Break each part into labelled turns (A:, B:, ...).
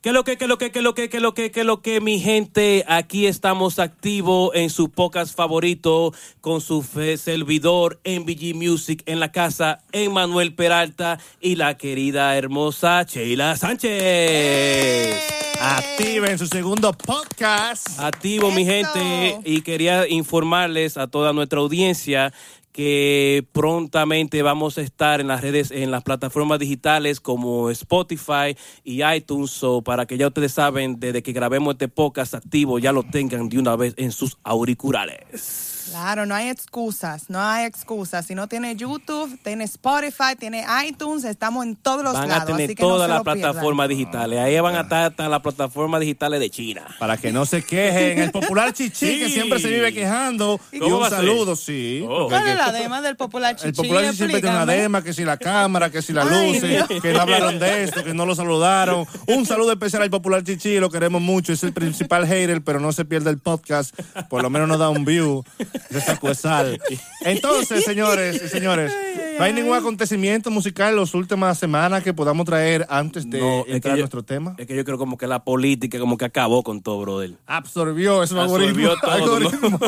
A: ¿Qué lo que, qué lo que, qué lo que, qué lo que, qué lo que, mi gente? Aquí estamos activos en su podcast favorito con su fe- servidor MBG Music en la casa, Emmanuel Peralta y la querida hermosa Sheila
B: ¡Eh!
A: Sánchez.
B: Activen su segundo podcast.
A: Activo, mi
C: Eso.
A: gente, y quería informarles a toda nuestra audiencia que prontamente vamos a estar en las redes, en las plataformas digitales como Spotify y iTunes, so, para que ya ustedes saben, desde que grabemos este podcast activo, ya lo tengan de una vez en sus auriculares.
C: Claro, no hay excusas, no hay excusas. Si no tiene YouTube, tiene Spotify, tiene iTunes, estamos en todos los
A: Van
C: lados.
A: a tener
C: así que no
A: todas
C: se
A: las
C: lo pierdan.
A: plataformas digitales, ahí
B: Ah.
A: van a estar hasta las plataformas digitales de China.
B: Para que no se quejen, el popular chichi
A: Sí.
B: que siempre se vive quejando. Y
A: cómo va
B: un
A: a ser?
B: saludo, sí.
A: Oh.
B: porque
C: ¿Cuál
B: que-
C: es la dema del popular chichi?
B: El popular chichi siempre tiene una
C: Explícame.
B: dema, que si la cámara, que si la
C: Ay,
B: luz,
C: Dios.
B: que no hablaron de esto, que no lo saludaron. Un saludo especial al popular chichi, lo queremos mucho. Es el principal hater, pero no se pierde el podcast. Por lo menos nos da un view de sacuesal. Entonces, señores y señores, no hay ningún acontecimiento musical en las últimas semanas que podamos traer antes de
A: No, es que
B: entrar a
A: yo-
B: nuestro tema.
A: Es que yo creo como que la política como que acabó con todo, brother.
B: Absorbió ese
A: Absorbió
B: algoritmo.
A: todo,
B: algoritmo.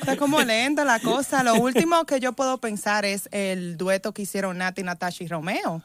C: Está como lenta la cosa. Lo último que yo puedo pensar es el dueto que hicieron Nati, Natasha y Romeo.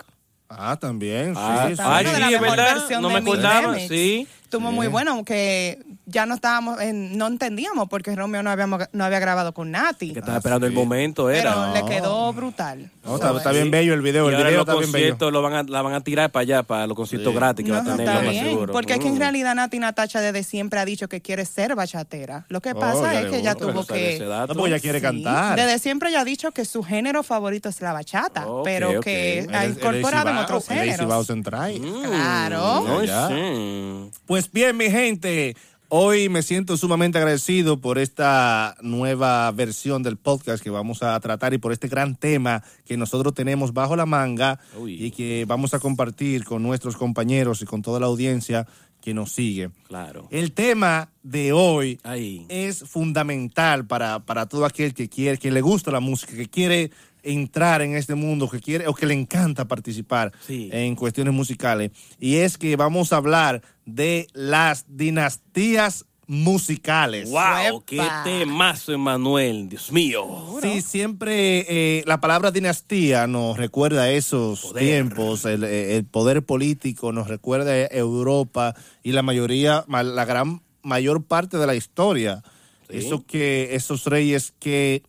B: Ah, también. Sí,
A: Ah,
B: sí.
A: ay,
C: Una de
A: sí,
C: la
A: es
C: mejor
A: verdad.
C: versión
A: No
C: de
A: me
C: Mil
A: acordaba,
C: Remix.
A: sí.
C: Estuvo muy bueno, aunque ya no estábamos, en- no entendíamos porque Romeo no, habíamos, no había grabado con Nati.
A: Que
B: Ah,
A: estaba esperando el momento, era.
C: Pero le quedó brutal.
B: No, está, está bien bello el video.
A: y
B: El
A: ahora
B: video
A: los
B: está bien bello.
A: conciertos lo van a, la van a tirar para allá, para los conciertos gratis que
C: No,
A: va a tener,
C: está
A: lo más
C: bien,
A: seguro.
C: porque es que en
A: Mm.
C: realidad Nati Natacha desde siempre ha dicho que quiere ser bachatera. Lo que
B: Oh,
C: pasa
B: ya
C: es
B: le
C: que ella
B: gusta,
A: Bueno,
C: tuvo
A: no sabía
C: que...
A: ese dato.
B: No, porque ella quiere
C: Sí,
B: cantar.
C: Desde siempre ella ha dicho que su género favorito es la bachata,
A: Ok,
C: pero
A: ok.
C: que
B: Él
C: ha
B: es- él es
C: incorporado en
B: Cibao,
C: otros
B: él es
C: géneros.
B: Cibao Central.
C: Claro.
A: No,
B: Ya.
A: Mm, sí.
B: Pues bien, mi gente, hoy me siento sumamente agradecido por esta nueva versión del podcast que vamos a tratar y por este gran tema que nosotros tenemos bajo la manga
A: Uy.
B: y que vamos a compartir con nuestros compañeros y con toda la audiencia que nos sigue.
A: Claro.
B: El tema de hoy
A: Ahí.
B: es fundamental para, para todo aquel que quiere, que le gusta la música, que quiere entrar en este mundo, que quiere o que le encanta participar
A: Sí.
B: en cuestiones musicales. Y es que vamos a hablar de las dinastías musicales.
A: ¡Wow! ¡Qué
C: Suepa.
A: temazo, Emanuel! ¡Dios mío!
B: Sí, siempre eh, la palabra dinastía nos recuerda a esos
A: Poder.
B: tiempos, el, eh, el poder político nos recuerda a Europa y la mayoría, ma- la gran mayor parte de la historia.
A: Sí.
B: Eso que esos reyes que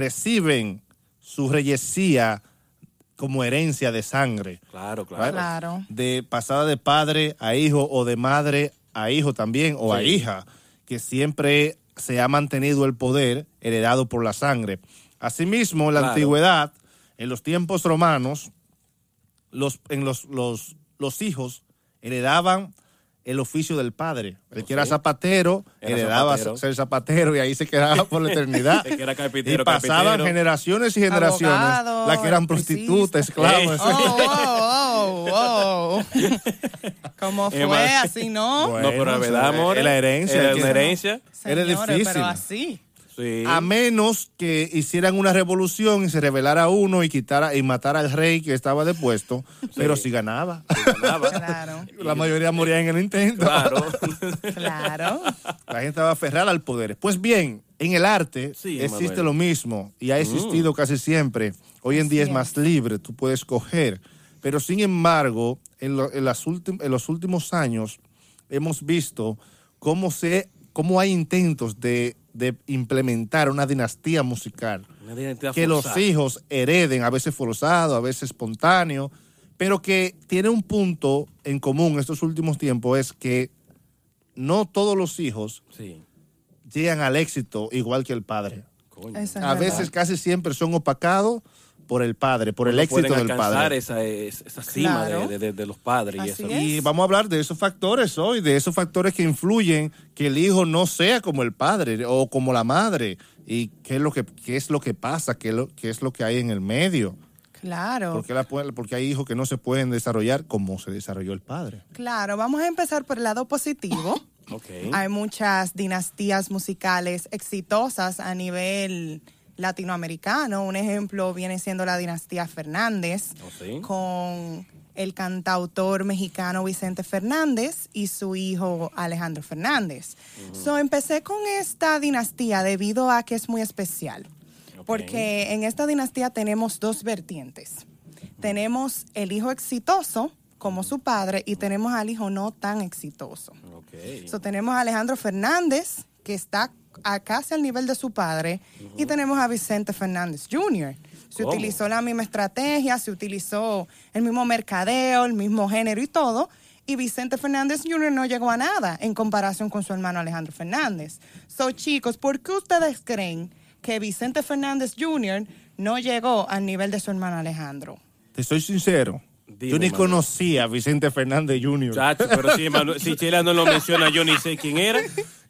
B: reciben su reyesía como herencia de sangre,
A: Claro, claro.
B: ¿verdad?
C: Claro.
B: de pasada de padre a hijo o de madre a hijo también o a
A: Sí.
B: hija, que siempre se ha mantenido el poder heredado por la sangre. Asimismo, en la
A: Claro.
B: antigüedad, en los tiempos romanos, los, en los, los, los hijos heredaban el oficio del padre. El que era
A: Ok.
B: zapatero
A: Era
B: heredaba
A: zapatero.
B: ser zapatero y ahí se quedaba por la eternidad.
A: El que era carpintero,
B: y pasaban
A: carpintero.
B: generaciones y generaciones.
C: Abogado,
B: las que eran
C: electricista.
B: prostitutas, esclavos.
C: Oh, oh, oh, oh. Como fue,
A: Emma-
C: así, ¿no?
A: No, pero la
B: Bueno,
A: verdad,
B: es-
A: amor.
B: es la herencia,
A: Era
B: que-
A: una herencia.
B: Era
C: Señores,
B: difícil.
C: pero así.
A: Sí.
B: A menos que hicieran una revolución y se rebelara uno y quitara y matara al rey que estaba depuesto, pero si ganaba.
C: Claro,
B: La mayoría moría en el intento.
A: Claro.
C: claro.
B: La gente estaba aferrada al poder. Pues bien, en el arte
A: Sí,
B: existe
A: Emanuel. Mm.
B: lo mismo y ha existido casi siempre. Hoy en día es más libre, tú puedes coger. Pero sin embargo, en, lo- en las últim- en los últimos años hemos visto cómo, se, cómo hay intentos de, de implementar una dinastía musical.
A: Una identidad
B: que los
A: forzada.
B: hijos hereden, a veces forzado, a veces espontáneo, pero que tiene un punto en común estos últimos tiempos, es que no todos los hijos
A: Sí.
B: llegan al éxito igual que el padre.
A: Coño.
C: Eso es
B: A
C: verdad.
B: veces casi siempre son opacados por el padre, por el
A: No
B: éxito
A: pueden
B: del
A: alcanzar
B: padre.
A: Esa, esa cima
C: Claro.
A: de, de- de los padres.
C: Así
A: y eso.
C: es.
B: Y vamos a hablar de esos factores hoy, de esos factores que influyen que el hijo no sea como el padre o como la madre y qué es lo que qué es lo que pasa, qué, es lo- qué es lo que hay en el medio.
C: Claro.
B: Porque, la puede- porque hay hijos que no se pueden desarrollar como se desarrolló el padre.
C: Claro, vamos a empezar por el lado positivo.
A: Ok.
C: Hay muchas dinastías musicales exitosas a nivel latinoamericano. Un ejemplo viene siendo la dinastía Fernández
A: Oh, sí.
C: con el cantautor mexicano Vicente Fernández y su hijo Alejandro Fernández. So empecé con esta dinastía debido a que es muy especial, porque en esta dinastía tenemos dos vertientes. Tenemos el hijo exitoso como su padre y tenemos al hijo no tan exitoso.
A: Ok.
C: So, tenemos a Alejandro Fernández, que está a casi al nivel de su padre, y tenemos a Vicente Fernández Jr. Se
A: ¿Cómo?
C: utilizó la misma estrategia, se utilizó el mismo mercadeo, el mismo género y todo. Y Vicente Fernández Jr. no llegó a nada en comparación con su hermano Alejandro Fernández. So, chicos, ¿por qué ustedes creen que Vicente Fernández Jr. no llegó al nivel de su hermano Alejandro?
B: Te soy sincero.
A: Dime,
B: yo ni
A: Manuel.
B: conocía a Vicente Fernández Jr.
A: Chacho, pero si, Manu- si Chela no lo menciona, yo ni sé quién era.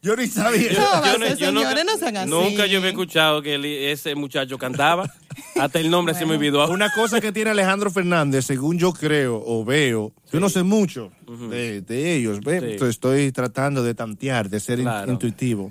B: Yo ni sabía.
C: Yo- No, base, señores, no sean así.
A: nunca yo había escuchado que el- ese muchacho cantaba. Hasta el nombre se me olvidó.
B: Una cosa que tiene Alejandro Fernández, según yo creo o veo, yo no sé mucho de, de ellos, ¿ve?
A: Sí.
B: Entonces, estoy tratando de tantear, de ser in-
A: Claro.
B: intuitivo.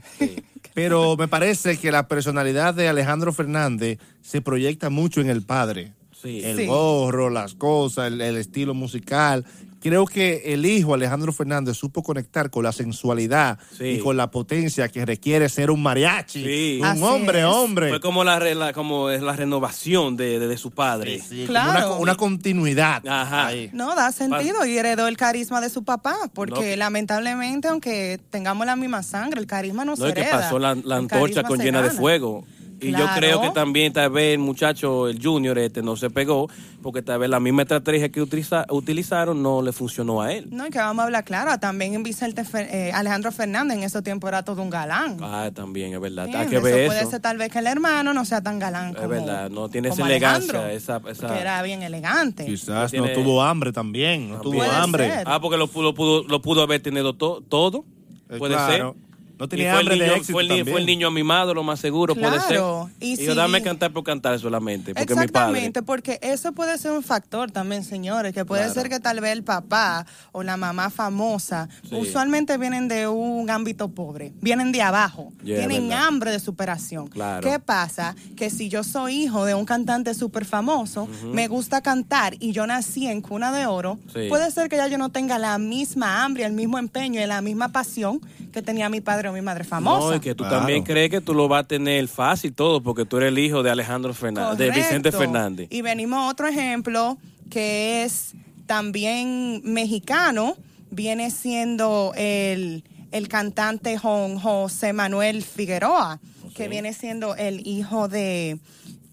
B: Pero me parece que la personalidad de Alejandro Fernández se proyecta mucho en el padre.
A: Sí.
B: El
C: Sí.
B: gorro, las cosas, el, el estilo musical. Creo que el hijo Alejandro Fernández supo conectar con la sensualidad
A: Sí.
B: y con la potencia que requiere ser un mariachi,
A: Sí.
B: un
C: Así
B: hombre,
C: es.
B: hombre.
A: Fue como la, re- la- como es la renovación de, de- de su padre.
B: Sí, como
C: Claro.
B: una co- una, continuidad.
A: Ajá.
B: ahí.
C: No, da sentido y heredó el carisma de su papá, porque
A: No.
C: lamentablemente, aunque tengamos la misma sangre, el carisma no,
A: No,
C: se
A: y que
C: hereda.
A: pasó la, la
C: El
A: antorcha
C: carisma
A: con
C: se
A: llena de
C: gana.
A: fuego. Y yo
C: Claro.
A: creo que también tal vez el muchacho, el junior este, no se pegó porque tal vez la misma estrategia que utiliza- utilizaron no le funcionó a él.
C: No, y que vamos a hablar claro, también en Vicente Fer- eh, Alejandro Fernández en esos tiempos era todo un galán.
A: Ah, también, es verdad. Hay
C: ¿Entiendes?
A: que ver
C: Puede
A: eso.
C: ser tal vez que el hermano no sea tan galán como
A: verdad, no tiene
C: como
A: esa elegancia,
C: Alejandro,
A: esa- esa-
C: porque era bien elegante.
B: Quizás
A: Tiene-
B: no tuvo hambre también, no tuvo
A: Puede
B: hambre.
C: ser.
A: Ah, porque lo pudo, pudo- lo pudo haber tenido to- todo.
B: Eh,
A: Puede
B: claro.
A: ser.
B: No
A: Y fue
B: tenía
A: el
B: hambre de
A: niño-
B: éxito
A: fue el, ni-
B: también.
A: fue el niño mimado, lo más seguro,
C: Claro,
A: puede
C: y
A: ser. Y,
C: si-
A: dame cantar por cantar solamente, porque mi padre.
C: Exactamente, porque eso puede ser un factor también, señores, que puede
A: Claro.
C: ser que tal vez el papá o la mamá famosa
A: Sí.
C: usualmente vienen de un ámbito pobre, vienen de abajo,
A: Yeah,
C: tienen
A: verdad.
C: hambre de superación.
A: Claro.
C: ¿Qué pasa? Que si yo soy hijo de un cantante súper famoso, me gusta cantar y yo nací en cuna de oro,
A: Sí.
C: puede ser que ya yo no tenga la misma hambre, el mismo empeño y la misma pasión que tenía mi padre o mi madre famosa.
A: No, y que tú
B: Claro.
A: también crees que tú lo vas a tener fácil todo, porque tú eres el hijo de Alejandro Fernández, de Vicente
C: Correcto.
A: Fernández.
C: Y venimos a otro ejemplo que es también mexicano, viene siendo el, el cantante Jon- José Manuel Figueroa, que viene siendo el hijo de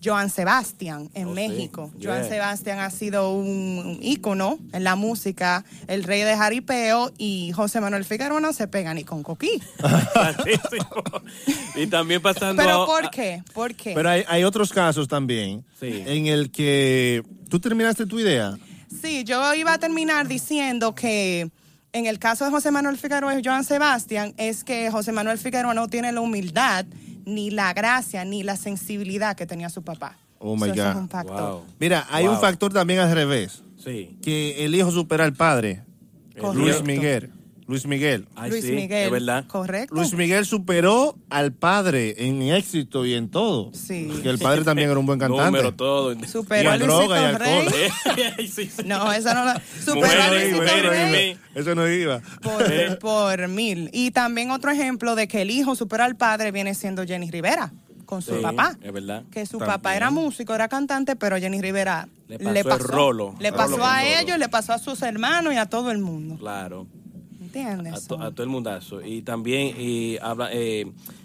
C: Joan Sebastián en
A: Oh, sí.
C: México.
A: Yeah.
C: Joan Sebastián ha sido un, un ícono en la música, el rey de jaripeo y José Manuel Figueroa no se pega ni con coquí.
A: Santísimo. y también pasando
C: ¿Pero
A: a-
C: por qué? ¿Por qué?
B: Pero hay, hay otros casos también
A: Sí.
B: en el que tú terminaste tu idea.
C: Sí, yo iba a terminar diciendo que en el caso de José Manuel Figueroa y Joan Sebastián es que José Manuel Figueroa no tiene la humildad, ni la gracia, ni la sensibilidad que tenía su papá.
B: Oh, my
C: So, eso
B: God.
C: es un factor.
A: Wow.
B: Mira, hay un
A: Wow.
B: factor también al revés,
A: Sí.
B: que el hijo supera al padre.
C: Correcto.
B: Luis Miguel. Luis Miguel.
A: Ay,
C: Luis
A: sí,
C: Miguel,
A: Es verdad.
C: correcto.
B: Luis Miguel superó al padre en éxito y en todo.
C: Sí.
B: Porque el padre también era un buen cantante.
A: Número todo.
C: Superó
B: Y
C: a
B: en droga y
C: Luisito
B: alcohol.
C: Rey.
A: Ay, sí, sí.
C: No, eso no la. Superó a
A: Bueno,
B: Eso no
C: Luisito
B: iba, eso
A: bueno,
B: no
C: Rey.
A: bueno.
B: iba. Eso no iba.
A: Eh.
C: por, por mil. Y también otro ejemplo de que el hijo supera al padre viene siendo Jenny Rivera con su
A: Sí,
C: papá.
A: es verdad.
C: Que su
B: También.
C: papá era músico, era cantante, pero Jenny Rivera
A: Le pasó el rolo.
C: le
A: El
C: pasó
A: rolo con
C: a
A: todo.
C: ellos, le pasó a sus hermanos y a todo el mundo.
A: Claro. A,
C: ¿Entiendes?
A: to- a todo el mundazo. Y también, y habla, eh,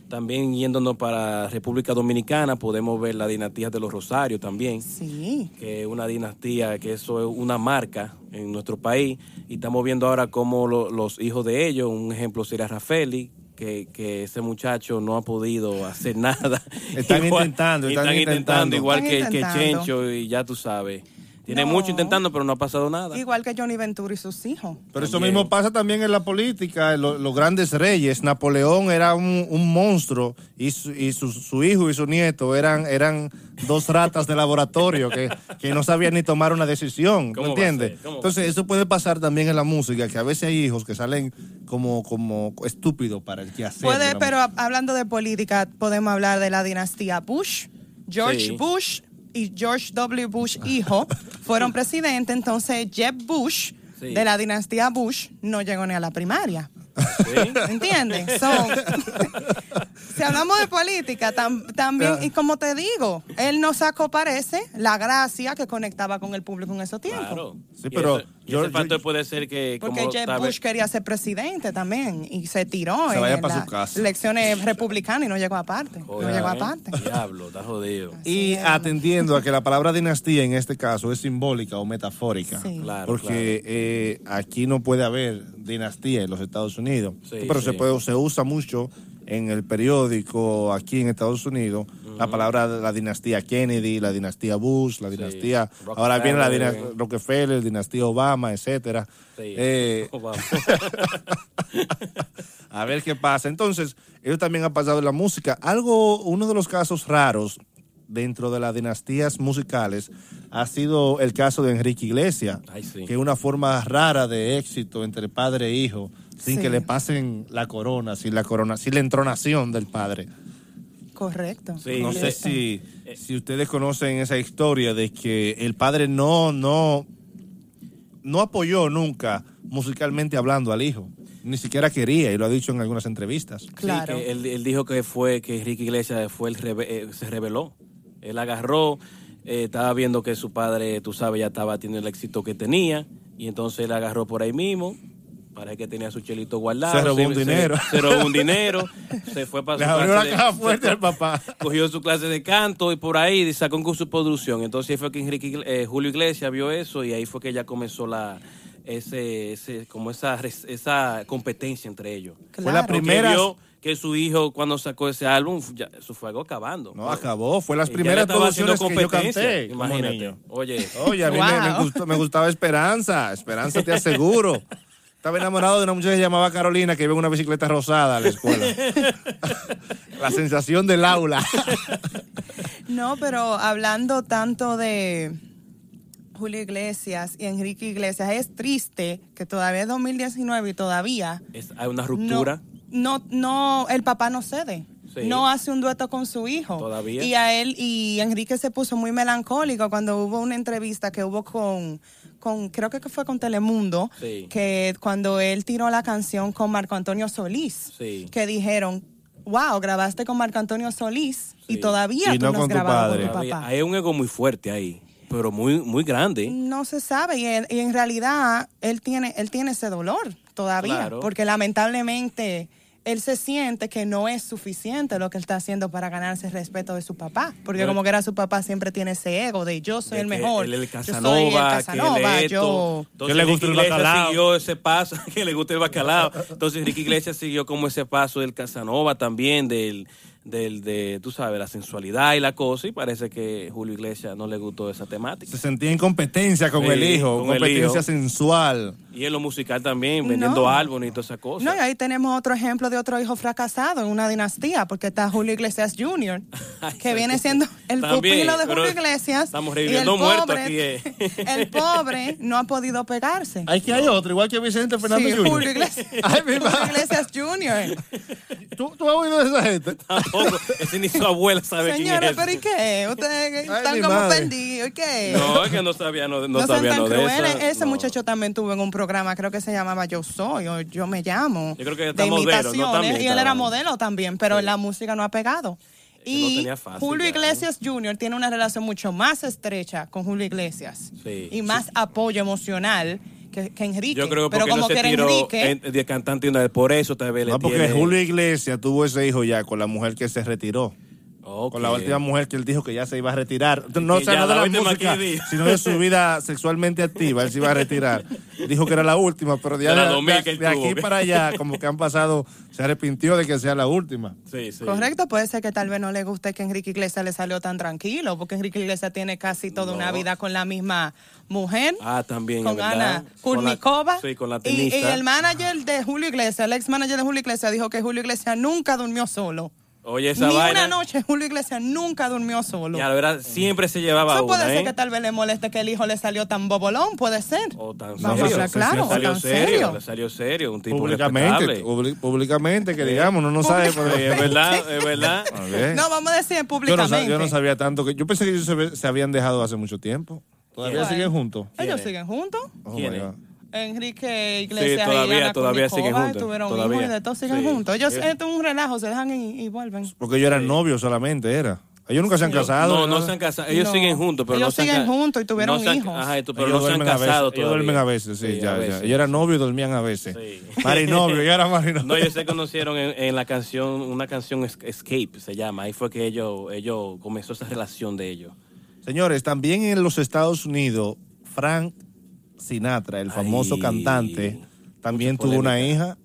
A: también yéndonos para República Dominicana, podemos ver la dinastía de los Rosarios también,
C: Sí.
A: que es una dinastía, que eso es una marca en nuestro país. Y estamos viendo ahora cómo lo- los hijos de ellos, un ejemplo sería Rafeli. Que, que ese muchacho no ha podido hacer nada.
B: Están intentando,
A: y
B: están intentando.
A: igual
C: Están
A: que, que
C: intentando.
A: Chencho y ya tú sabes. Tiene
C: No.
A: mucho intentando, pero no ha pasado nada.
C: Igual que Johnny Ventura y sus hijos.
B: Pero eso
A: También.
B: mismo pasa también en la política, en lo- los grandes reyes. Napoleón era un, un monstruo y, su, y su, su hijo y su nieto eran, eran dos ratas de laboratorio que, que no sabían ni tomar una decisión, ¿me
A: ¿Cómo va a
B: entiendes?
A: ser? ¿Cómo va a
B: Entonces eso puede pasar también en la música, que a veces hay hijos que salen como, como estúpidos para el quehacer. de
C: Puede,
B: la
C: pero hab- hablando de política, podemos hablar de la dinastía Bush, George
A: Sí.
C: Bush y George W. Bush hijo, fueron presidente. Entonces, Jeb Bush,
A: Sí.
C: de la dinastía Bush, no llegó ni a la primaria.
A: Sí.
C: ¿Entiendes? So, si hablamos de política, tam- también, y como te digo, él no sacó, parece, la gracia que conectaba con el público en esos tiempos.
A: Claro.
B: Sí, pero
A: ese, y
B: yo-
A: ese
B: yo-
A: factor puede ser que
C: Porque
A: como
C: Jeb
A: tal vez-
C: Bush quería ser presidente también y se tiró
B: Se
C: en
B: vaya pa'
C: las
B: su casa.
C: elecciones republicanas y no llegó aparte. no
A: Joder,
C: llegó
A: ¿eh?
C: aparte.
A: Diablo, está jodido.
B: Y atendiendo a que la palabra dinastía en este caso es simbólica o metafórica.
C: Sí.
A: Claro,
B: porque eh, aquí no puede haber dinastía en los Estados Unidos.
A: Sí,
B: pero se,
A: sí.
B: puede, se usa mucho en el periódico aquí en Estados Unidos la palabra de la dinastía Kennedy, la dinastía Bush, la dinastía. Ahora viene la
A: Rockefeller.
B: dinastía Rockefeller, dinastía Obama, etcétera.
A: Sí.
B: Eh,
A: Vamos.
B: a ver qué pasa. Entonces, ellos también han pasado en la música. Algo, uno de los casos raros dentro de las dinastías musicales ha sido el caso de Enrique Iglesias,
A: Ay, sí.
B: que es una forma rara de éxito entre padre e hijo, sin
C: Sí.
B: que le pasen la corona, sin la corona, sin la entronación del padre.
C: Correcto.
A: Sí, Eh,
B: no
A: sí.
B: sé si, si ustedes conocen esa historia de que el padre no, no, no apoyó nunca musicalmente hablando al hijo. Ni siquiera quería, y lo ha dicho en algunas entrevistas.
C: Claro.
B: eh,
A: Sí, que él, él dijo que fue que Enrique Iglesias fue el reve- eh, se rebeló. Él agarró, eh, estaba viendo que su padre, tú sabes, ya estaba teniendo el éxito que tenía y entonces él agarró por ahí mismo. Parece que tenía su chelito guardado.
B: Se robó un dinero.
A: Se, robó un dinero. Se fue para
B: Le
A: su
B: abrió
A: casa
B: la
A: de-
B: caja fuerte al papá.
A: cogió su clase de canto y por ahí y sacó un curso de producción. Entonces ahí fue que Enrique, Igle- eh, Julio Iglesias vio eso y ahí fue que ya comenzó la ese, ese como esa res- esa competencia entre ellos.
B: Fue la
C: Claro.
A: Porque
B: primera.
A: vio que su hijo cuando sacó ese álbum ya, eso fue algo acabando. Eh,
B: No, acabó. Fue las
A: Ya
B: primeras
A: le estaba haciendo
B: producciones que yo canté. como
A: Imagínate.
B: niño.
A: Oye,
B: Oye, a mí me, me
C: Wow.
B: gustó- me gustaba Esperanza. Esperanza, te aseguro. Estaba enamorado de una muchacha que se llamaba Carolina que iba en una bicicleta rosada a la escuela. la sensación del aula.
C: No, pero hablando tanto de Julio Iglesias y Enrique Iglesias, es triste que todavía es 2019 y todavía
A: es- hay una
C: no-
A: ruptura.
C: No, no, el papá no cede.
A: Sí.
C: No hace un dueto con su hijo.
A: Todavía.
C: Y a él y Enrique se puso muy melancólico cuando hubo una entrevista que hubo con, con creo que fue con Telemundo,
A: Sí.
C: que cuando él tiró la canción con Marco Antonio Solís,
A: Sí.
C: que dijeron, wow, grabaste con Marco Antonio Solís
A: Sí.
C: y todavía
B: Y
C: tú
B: no
C: no
B: con
C: has
B: tu
C: grabado
B: padre.
C: con tu
A: Todavía
C: papá.
A: Hay un ego muy fuerte ahí, pero muy muy grande.
C: No se sabe y, en- y en realidad él tiene él tiene ese dolor todavía
A: Claro.
C: porque lamentablemente él se siente que no es suficiente lo que él está haciendo para ganarse el respeto de su papá porque
A: Pero-
C: como que era su papá siempre tiene ese ego de yo soy
A: de
C: el
A: que
C: mejor
A: Él es el
C: yo soy el
A: Casanova,
C: Casanova,
A: que él es
C: yo
A: esto.
B: Que le
A: Enrique
B: gusta el
A: Iglesias
B: bacalao.
A: siguió ese paso, que le gusta el bacalao. Entonces Ricky Iglesias siguió como ese paso del Casanova también, del, del de, tú sabes, la sensualidad y la cosa. Y parece que Julio Iglesias no le gustó esa temática.
B: Se sentía en competencia con
A: Sí,
B: el hijo,
A: con el
B: competencia
A: hijo.
B: sensual.
A: Y en lo musical también, vendiendo
C: No.
A: álbumes y toda esa cosa.
C: no, y ahí tenemos otro ejemplo de otro hijo fracasado en una dinastía, porque está Julio Iglesias Jr., que viene siendo el
A: También,
C: pupilo de
A: pero
C: Julio Iglesias.
A: estamos
C: y el
A: reviviendo muertos
C: pobre-
A: aquí, eh.
C: El pobre no ha podido pegarse.
B: Hay que hay otro, igual que Vicente
C: Sí, Julio Iglesias,
B: Ay, mi
C: Julio
B: madre.
C: Iglesias Jr.
B: ¿Tú, tú has oído de esa gente?
A: Tampoco, ese ni su abuela sabe quién
C: Señores,
A: es.
C: pero ¿y qué? Ustedes
B: Ay, mi
C: están como
B: madre.
C: perdidos, ¿y qué?
A: No, es que no sabía, no, no
C: No sean
A: sabía
C: tan
A: no de eso.
C: crueles. Ese
A: No.
C: muchacho también tuvo en un programa, creo que se llamaba Yo Soy o Yo Me Llamo.
A: Yo creo que
C: de
A: está modelo, ¿no?
C: imitaciones,
A: También
C: y él
A: estaba-
C: era modelo también, pero la música no ha pegado.
A: Es que lo
C: Y
A: tenía fácil
C: Julio
A: ya,
C: Iglesias Jr. tiene una relación mucho más estrecha con Julio Iglesias
A: Sí.
C: y más apoyo emocional que, que Enrique.
A: Yo creo que
C: pero
A: porque
C: como
A: no se
C: que era
A: tiró
C: Enrique,
A: en- de cantante una vez, por eso tal vez le
B: No, porque
A: tiene-
B: Julio Iglesias tuvo ese hijo ya con la mujer que se retiró.
A: Ok.
B: Con la última mujer que él dijo que ya se iba a retirar. No,
A: que
B: o sea,
A: ya
B: no de
A: la
B: la
A: última
B: música,
A: que dijo.
B: sino de su vida sexualmente activa. Él se iba a retirar. Dijo que era la última, pero ya
A: De la
B: de,
A: 2000 que él
B: de aquí
A: tuvo.
B: para allá, como que han pasado, se arrepintió de que sea la última.
A: Sí, sí.
C: Correcto, puede ser que tal vez no le guste que Enrique Iglesias le salió tan tranquilo, porque Enrique Iglesias tiene casi toda una vida con la misma mujer,
A: Ah, también. es
C: con
A: verdad.
C: Ana
A: Con la-
C: Kurnikova.
A: Sí, con la
C: Y- y,
A: tenista.
C: el manager de Julio Iglesias, el ex manager de Julio Iglesias, dijo que Julio Iglesias nunca durmió solo.
A: Oye, esa
C: Ni
A: vaina.
C: una noche Julio Iglesias nunca durmió solo.
A: Ya, la verdad, siempre se llevaba
C: Eso puede
A: una,
C: ser
A: ¿eh?
C: que tal vez le moleste que el hijo le salió tan bobolón, puede ser.
A: O tan
C: Vamos
A: serio.
C: a ser claros,
A: le
C: o
A: salió
C: tan
A: serio,
C: serio.
A: Le salió serio. Un tipo
B: Públicamente,
A: respetable.
B: publi- públicamente, que digamos, uno no sabe. pero-
A: Sí, Es verdad, es verdad.
B: A ver.
C: No, vamos a decir
B: yo, no,
C: públicamente.
B: sa- yo no sabía tanto que. Yo pensé que ellos se, ve- se habían dejado hace mucho tiempo. ¿Todavía
C: Bueno.
B: siguen juntos?
A: ¿Quiénes?
C: Ellos siguen juntos.
B: Oh,
A: ¿Quiénes?
B: my God.
C: Enrique Iglesias
A: todavía-
C: y Ana
A: todavía siguen
C: Kournikova
A: juntos,
C: tuvieron
A: todavía.
C: hijos y de todos siguen
A: Sí.
C: juntos. Ellos,
A: Es-
C: esto es un relajo, se dejan y, y vuelven.
B: Porque ellos eran novios solamente, era. Ellos nunca se han casado.
A: No,
B: ni
A: no
B: nada.
A: se han casado. Ellos
C: No.
A: siguen juntos, pero
C: Ellos
A: no se han
C: siguen
A: ca-
C: juntos y tuvieron
A: no se han-
C: hijos.
A: Ajá, esto, pero no
B: Ellos
A: se han
B: duermen a veces,
A: casado
B: Ellos duermen a veces, sí, ya,
A: a
B: ya.
A: veces.
B: Ellos eran novios y dormían a veces.
A: Sí.
B: Marinovio, yo era marinovio.
A: No, ellos se conocieron en, en la canción, una canción es- Escape se llama. Ahí fue que ellos, ellos comenzó esa relación de ellos.
B: Señores, también en los Estados Unidos, Frank Sinatra, el famoso
A: Ay,
B: cantante, también
A: mucha
B: tuvo una
A: polémica.
B: hija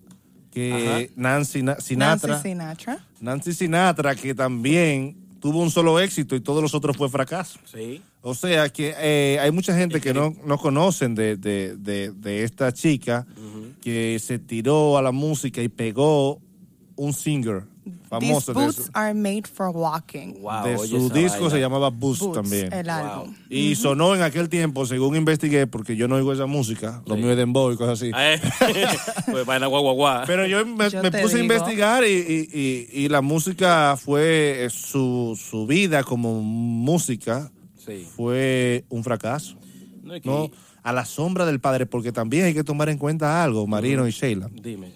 B: que Nancy Na- Sinatra.
C: Nancy Sinatra.
B: Nancy Sinatra, que también tuvo un solo éxito y todos los otros fue fracaso.
A: Sí.
B: O sea que eh, hay mucha gente que no, no conocen de, de- de- de esta chica que se tiró a la música y pegó un singer famoso
C: These
B: de
C: boots
B: su,
C: are made for walking.
A: Wow,
B: de
A: oye,
B: su
A: esa
B: disco,
A: vaina.
B: se llamaba Boots,
C: Boots,
B: también.
C: el álbum.
B: Y sonó en aquel tiempo, según investigué, porque yo no oigo esa música, lo
A: Sí.
B: mío es dembow y cosas así.
A: Eh, pues vaina guau, guau, guau.
B: Pero yo me,
C: Yo
B: me
C: te
B: puse a
C: digo.
B: investigar y, y- y- y la música fue eh, su, su vida como música
A: Sí.
B: fue un fracaso.
A: No, es que-
B: ¿no? A la sombra del padre, porque también hay que tomar en cuenta algo, Marino y Sheila,
A: Dime.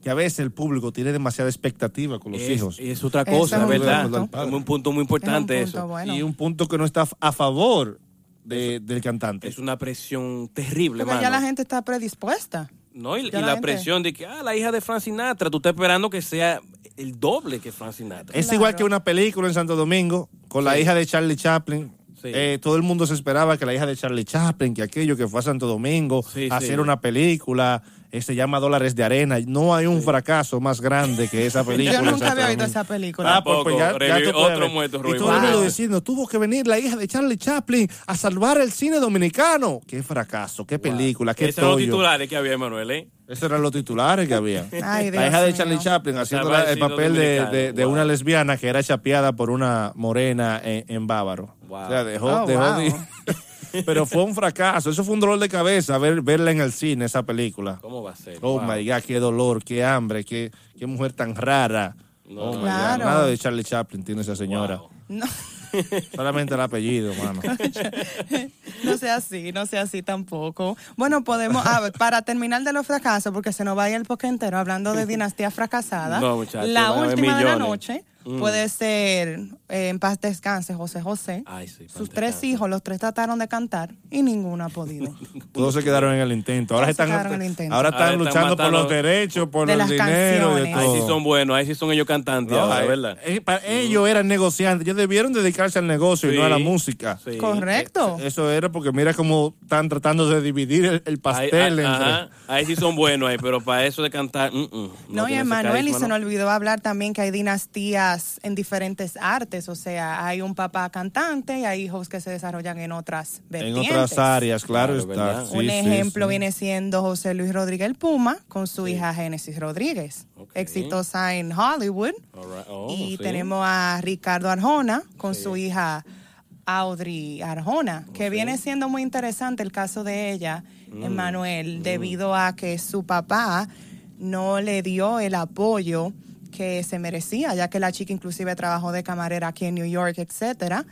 B: que a veces el público tiene demasiada expectativa con los
A: es,
B: hijos.
A: es otra
C: Eso
A: cosa,
C: es un
A: ¿verdad?
B: punto.
A: Es un punto muy importante
C: Es un punto
A: eso.
C: bueno.
B: Y un punto que no está a favor de- del cantante.
A: Es una presión terrible,
C: Porque
A: mano.
C: ya la gente está predispuesta.
A: No, y,
C: Ya
A: y
C: la
A: la
C: gente-
A: presión de que, ah, la hija de Frank Sinatra, tú estás esperando que sea el doble que Frank Sinatra.
B: Es
C: Claro.
B: igual que una película en Santo Domingo con la hija de Charlie Chaplin.
A: Sí.
B: Eh, todo el mundo se esperaba que la hija de Charlie Chaplin, que aquello que fue a Santo Domingo,
A: Sí,
B: a hacer
A: sí.
B: una película, eh, se llama Dólares de Arena. No hay un fracaso más grande que esa película.
C: Yo
B: en
C: nunca
B: Santo
C: había visto
B: Domingo.
C: esa película.
B: Ah, pues, pues ya,
A: Tampoco,
B: ya
A: Rubí,
B: tú puedes
A: otro
B: ver.
A: muerto,
B: Y
A: Rubí.
B: todo el mundo
C: Wow.
B: diciendo, tuvo que venir la hija de Charlie Chaplin a salvar el cine dominicano. Qué fracaso, qué película, qué
A: Esos son los
B: tollo.
A: titulares que había, Emanuel, ¿eh?
B: Esos eran los titulares que había.
C: Ay,
B: la
C: Dios
B: hija de
C: mío.
B: Charlie Chaplin haciendo
A: Estaba
B: la- el
A: siendo
B: papel de,
A: dominicano.
B: de- de
A: Wow.
B: una lesbiana que era chapeada por una morena en, en Bávaro.
A: Wow.
B: O sea, dejó,
C: Oh,
B: dejó
C: wow.
B: de- Pero fue un fracaso. Eso fue un dolor de cabeza ver, verla en el cine, esa película.
A: ¿Cómo va a ser?
B: Oh
A: Wow.
B: my God, qué dolor, qué hambre, qué, qué mujer tan rara.
A: No,
B: Oh, my God.
C: Claro.
B: Nada de Charlie Chaplin tiene esa señora.
A: Wow.
C: No,
B: Solamente el apellido, mano.
C: no sea así, no sea así tampoco. Bueno, podemos, ah, para terminar de los fracasos, porque se nos va a ir el poque entero hablando de dinastías fracasadas.
A: No, muchachos, van
C: la
A: a haber
C: última de la
A: millones. Mm.
C: noche puede ser eh, En paz descanse José José.
A: Ay, sí,
C: Sus
A: pantalla.
C: tres hijos, los tres trataron de cantar y ninguno ha podido.
B: Todos se quedaron en el intento. Ahora
C: Todos se
B: están,
C: quedaron en el intento.
B: ahora
A: Ahora
B: están
A: están
B: luchando por
A: matando-
B: los derechos, por
C: De
B: el
C: las
B: dinero y de
C: canciones.
A: Ahí
B: todo.
A: sí son buenos, ahí sí son ellos cantantes,
B: No,
A: ahora,
B: eh,
A: ¿verdad?
B: eh, pa- ellos eran negociantes, ellos debieron dedicarse al negocio y no a la
A: Sí,
B: música.
A: sí.
C: Correcto.
B: Eso era porque mira cómo están tratando de dividir el, el
A: Ahí,
B: pastel.
A: ah,
B: entre-
A: ajá, ahí sí son buenos, ahí, pero para eso de cantar. mm, mm,
C: No, y
A: tiene ese
C: Emanuel, y
A: carisma,
C: se
A: ¿no?
C: nos olvidó hablar también que hay dinastías en diferentes artes, o sea, hay un papá cantante y hay hijos que se desarrollan en otras
B: En
C: vertientes.
B: otras áreas, claro,
A: Claro,
B: está.
A: ¿verdad?
B: Sí,
C: un
B: sí,
C: ejemplo
B: sí.
C: viene siendo José Luis Rodríguez el Puma con su hija Génesis Rodríguez,
A: Ok.
C: exitosa en Hollywood.
A: All right. Oh,
C: y
A: sí.
C: tenemos a Ricardo Arjona con
A: Sí. Oh,
C: su hija Audrey Arjona, que viene siendo muy interesante el caso de ella,
A: Mm.
C: Emanuel, debido a que su papá no le dio el apoyo que se merecía, ya que la chica inclusive trabajó de camarera aquí en New York, etcétera.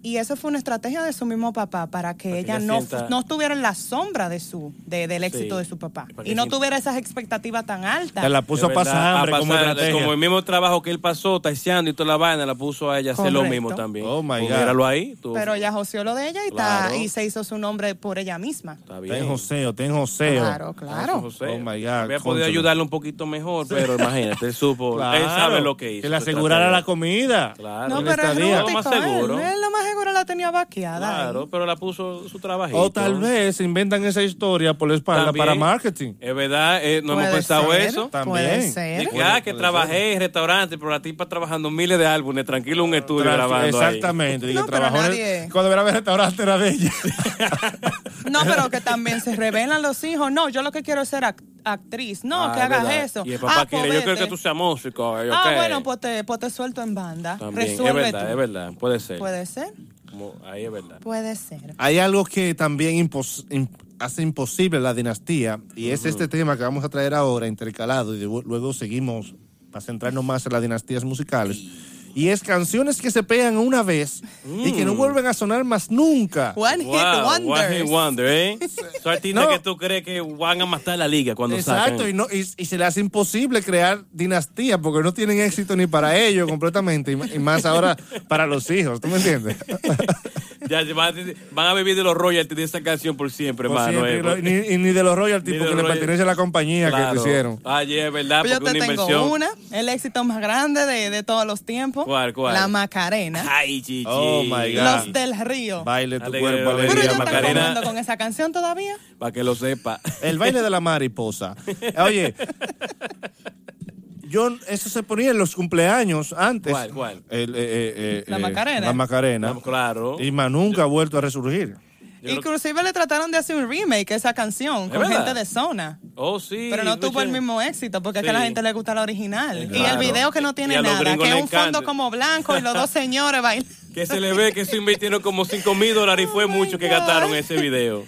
C: Y eso fue una estrategia de su mismo papá para que
A: Para que
C: ella,
A: ella
C: no,
A: sienta-
C: no estuviera en la sombra de su, de- del éxito de su papá
A: Para que
C: y no
A: sienta-
C: tuviera esas expectativas tan altas.
B: Se la puso
A: Es
B: a
A: verdad,
B: pasar hambre
A: a
B: como
A: pasar-
B: estrategia.
A: como el mismo trabajo que él pasó, taxiando y toda la vaina, la puso a ella a hacer lo
C: Correcto.
A: mismo también.
B: Oh, my
A: Pues
B: God.
A: míralo ahí. tú-
C: Pero ella joseó lo de ella y, ta-
A: Claro.
C: y se hizo su nombre por ella misma.
A: Está bien.
B: Ten joseo, ten joseo.
C: Claro,
A: Eso,
C: claro.
A: José.
B: Oh, my God,
A: Había podido
B: cónchale.
A: ayudarle un poquito mejor, pero imagínate, él supo, él sabe lo que hizo.
B: Que le
A: se trata
B: asegurara
A: de-
B: la comida.
A: Claro.
C: No,
B: en
C: pero
B: esta
C: es
B: día.
A: Lo más
C: rústico.
A: seguro.
C: Él, él lo más seguro la tenía vaqueada.
A: Claro, pero la puso su trabajito.
B: O tal vez se inventan esa historia por la espalda
A: También.
B: para marketing.
A: Es verdad, eh, no hemos
C: Puede
A: pensado
C: ser,
A: eso.
B: También.
C: Puede
A: De
C: ser.
A: que, ah, que trabajé en restaurante, pero la tipa trabajando miles de álbumes, tranquilo en un estudio
B: Tra-
A: grabando ahí.
B: Exactamente. Dije,
C: No, pero
B: trabajó en el-
C: nadie-
B: Cuando era el restaurante era de ella.
C: No, pero que también se revelan los hijos. No, yo lo que quiero es ser ac- actriz. No,
A: Ah,
C: que
A: es
C: hagas
A: verdad.
C: eso.
A: Y el papá
C: Ah,
A: quiere,
C: pues
A: yo quiero
C: vete.
A: que tú seas músico. eh, yo,
C: Ah,
A: ¿qué?
C: bueno, pues te, pues te suelto en banda.
A: También, es
C: Resuelve
A: verdad,
C: tú.
A: es verdad, puede ser.
C: Puede ser,
A: Como- ahí es verdad.
C: puede ser.
B: Hay algo que también impos- im- hace imposible la dinastía y es este tema que vamos a traer ahora intercalado y de- luego seguimos para centrarnos más en las dinastías musicales. Y, Y es canciones que se pegan una vez y que no
A: Mm.
B: vuelven a sonar más nunca.
C: One Hit
A: Wow, One
C: Wonders.
A: Hit Wonder, ¿eh? Son artistas
B: No.
A: que tú crees que van a matar la liga cuando
B: Exacto,
A: sacan.
B: y, no, y, y se le hace imposible crear dinastías porque no tienen éxito ni para ellos completamente, y, ma- y más ahora para los hijos, ¿tú me entiendes?
A: Ya se van, a- van a vivir de los royalties de esa canción por siempre,
B: Por
A: hermano.
B: siempre,
A: eh,
B: y lo- ni, y ni de los royalties
A: Ni de
B: porque
A: los
B: le
A: royalties.
B: pertenece a la compañía que
A: Claro.
B: lo hicieron.
A: Ay, es verdad,
C: Pero Pues yo
A: Ah, porque
C: te
A: una
C: tengo
A: inversión.
C: una, el éxito más grande de, de todos los tiempos.
A: ¿Cuál, cuál?
C: La Macarena.
A: Ay, chichi.
B: Oh, my God.
C: Los del Río.
B: Baile tu
A: Alegre,
B: cuerpo,
A: alegría,
B: alegría,
C: Pero ellos están
A: Macarena.
B: Macarena.
C: cobrando con esa canción todavía.
A: Para que lo sepa.
B: El baile de la mariposa. Oye, yo, eso se ponía en los cumpleaños antes.
A: ¿Cuál, cuál?
B: El, eh, eh, eh,
C: La
B: eh,
C: Macarena.
B: La Macarena.
A: No, claro.
B: Y más nunca ha vuelto a
A: Yo
B: resurgir.
A: creo-
C: Inclusive le trataron de hacer un remake a esa canción con
A: verdad?
C: gente de zona.
A: Oh, sí.
C: Pero no tuvo
A: escuché.
C: el mismo éxito porque es
A: Sí.
C: que a la gente le gusta la original.
A: Eh,
C: Y
A: claro.
C: el video que no
A: Y a
C: tiene
A: los
C: nada,
A: gringos
C: que es
A: les
C: un fondo
A: encanta.
C: como blanco y los dos señores bailan.
A: Que se le ve que se invirtieron como 5 mil dólares y fue
C: Oh, my
A: mucho que
C: God.
A: gastaron ese video.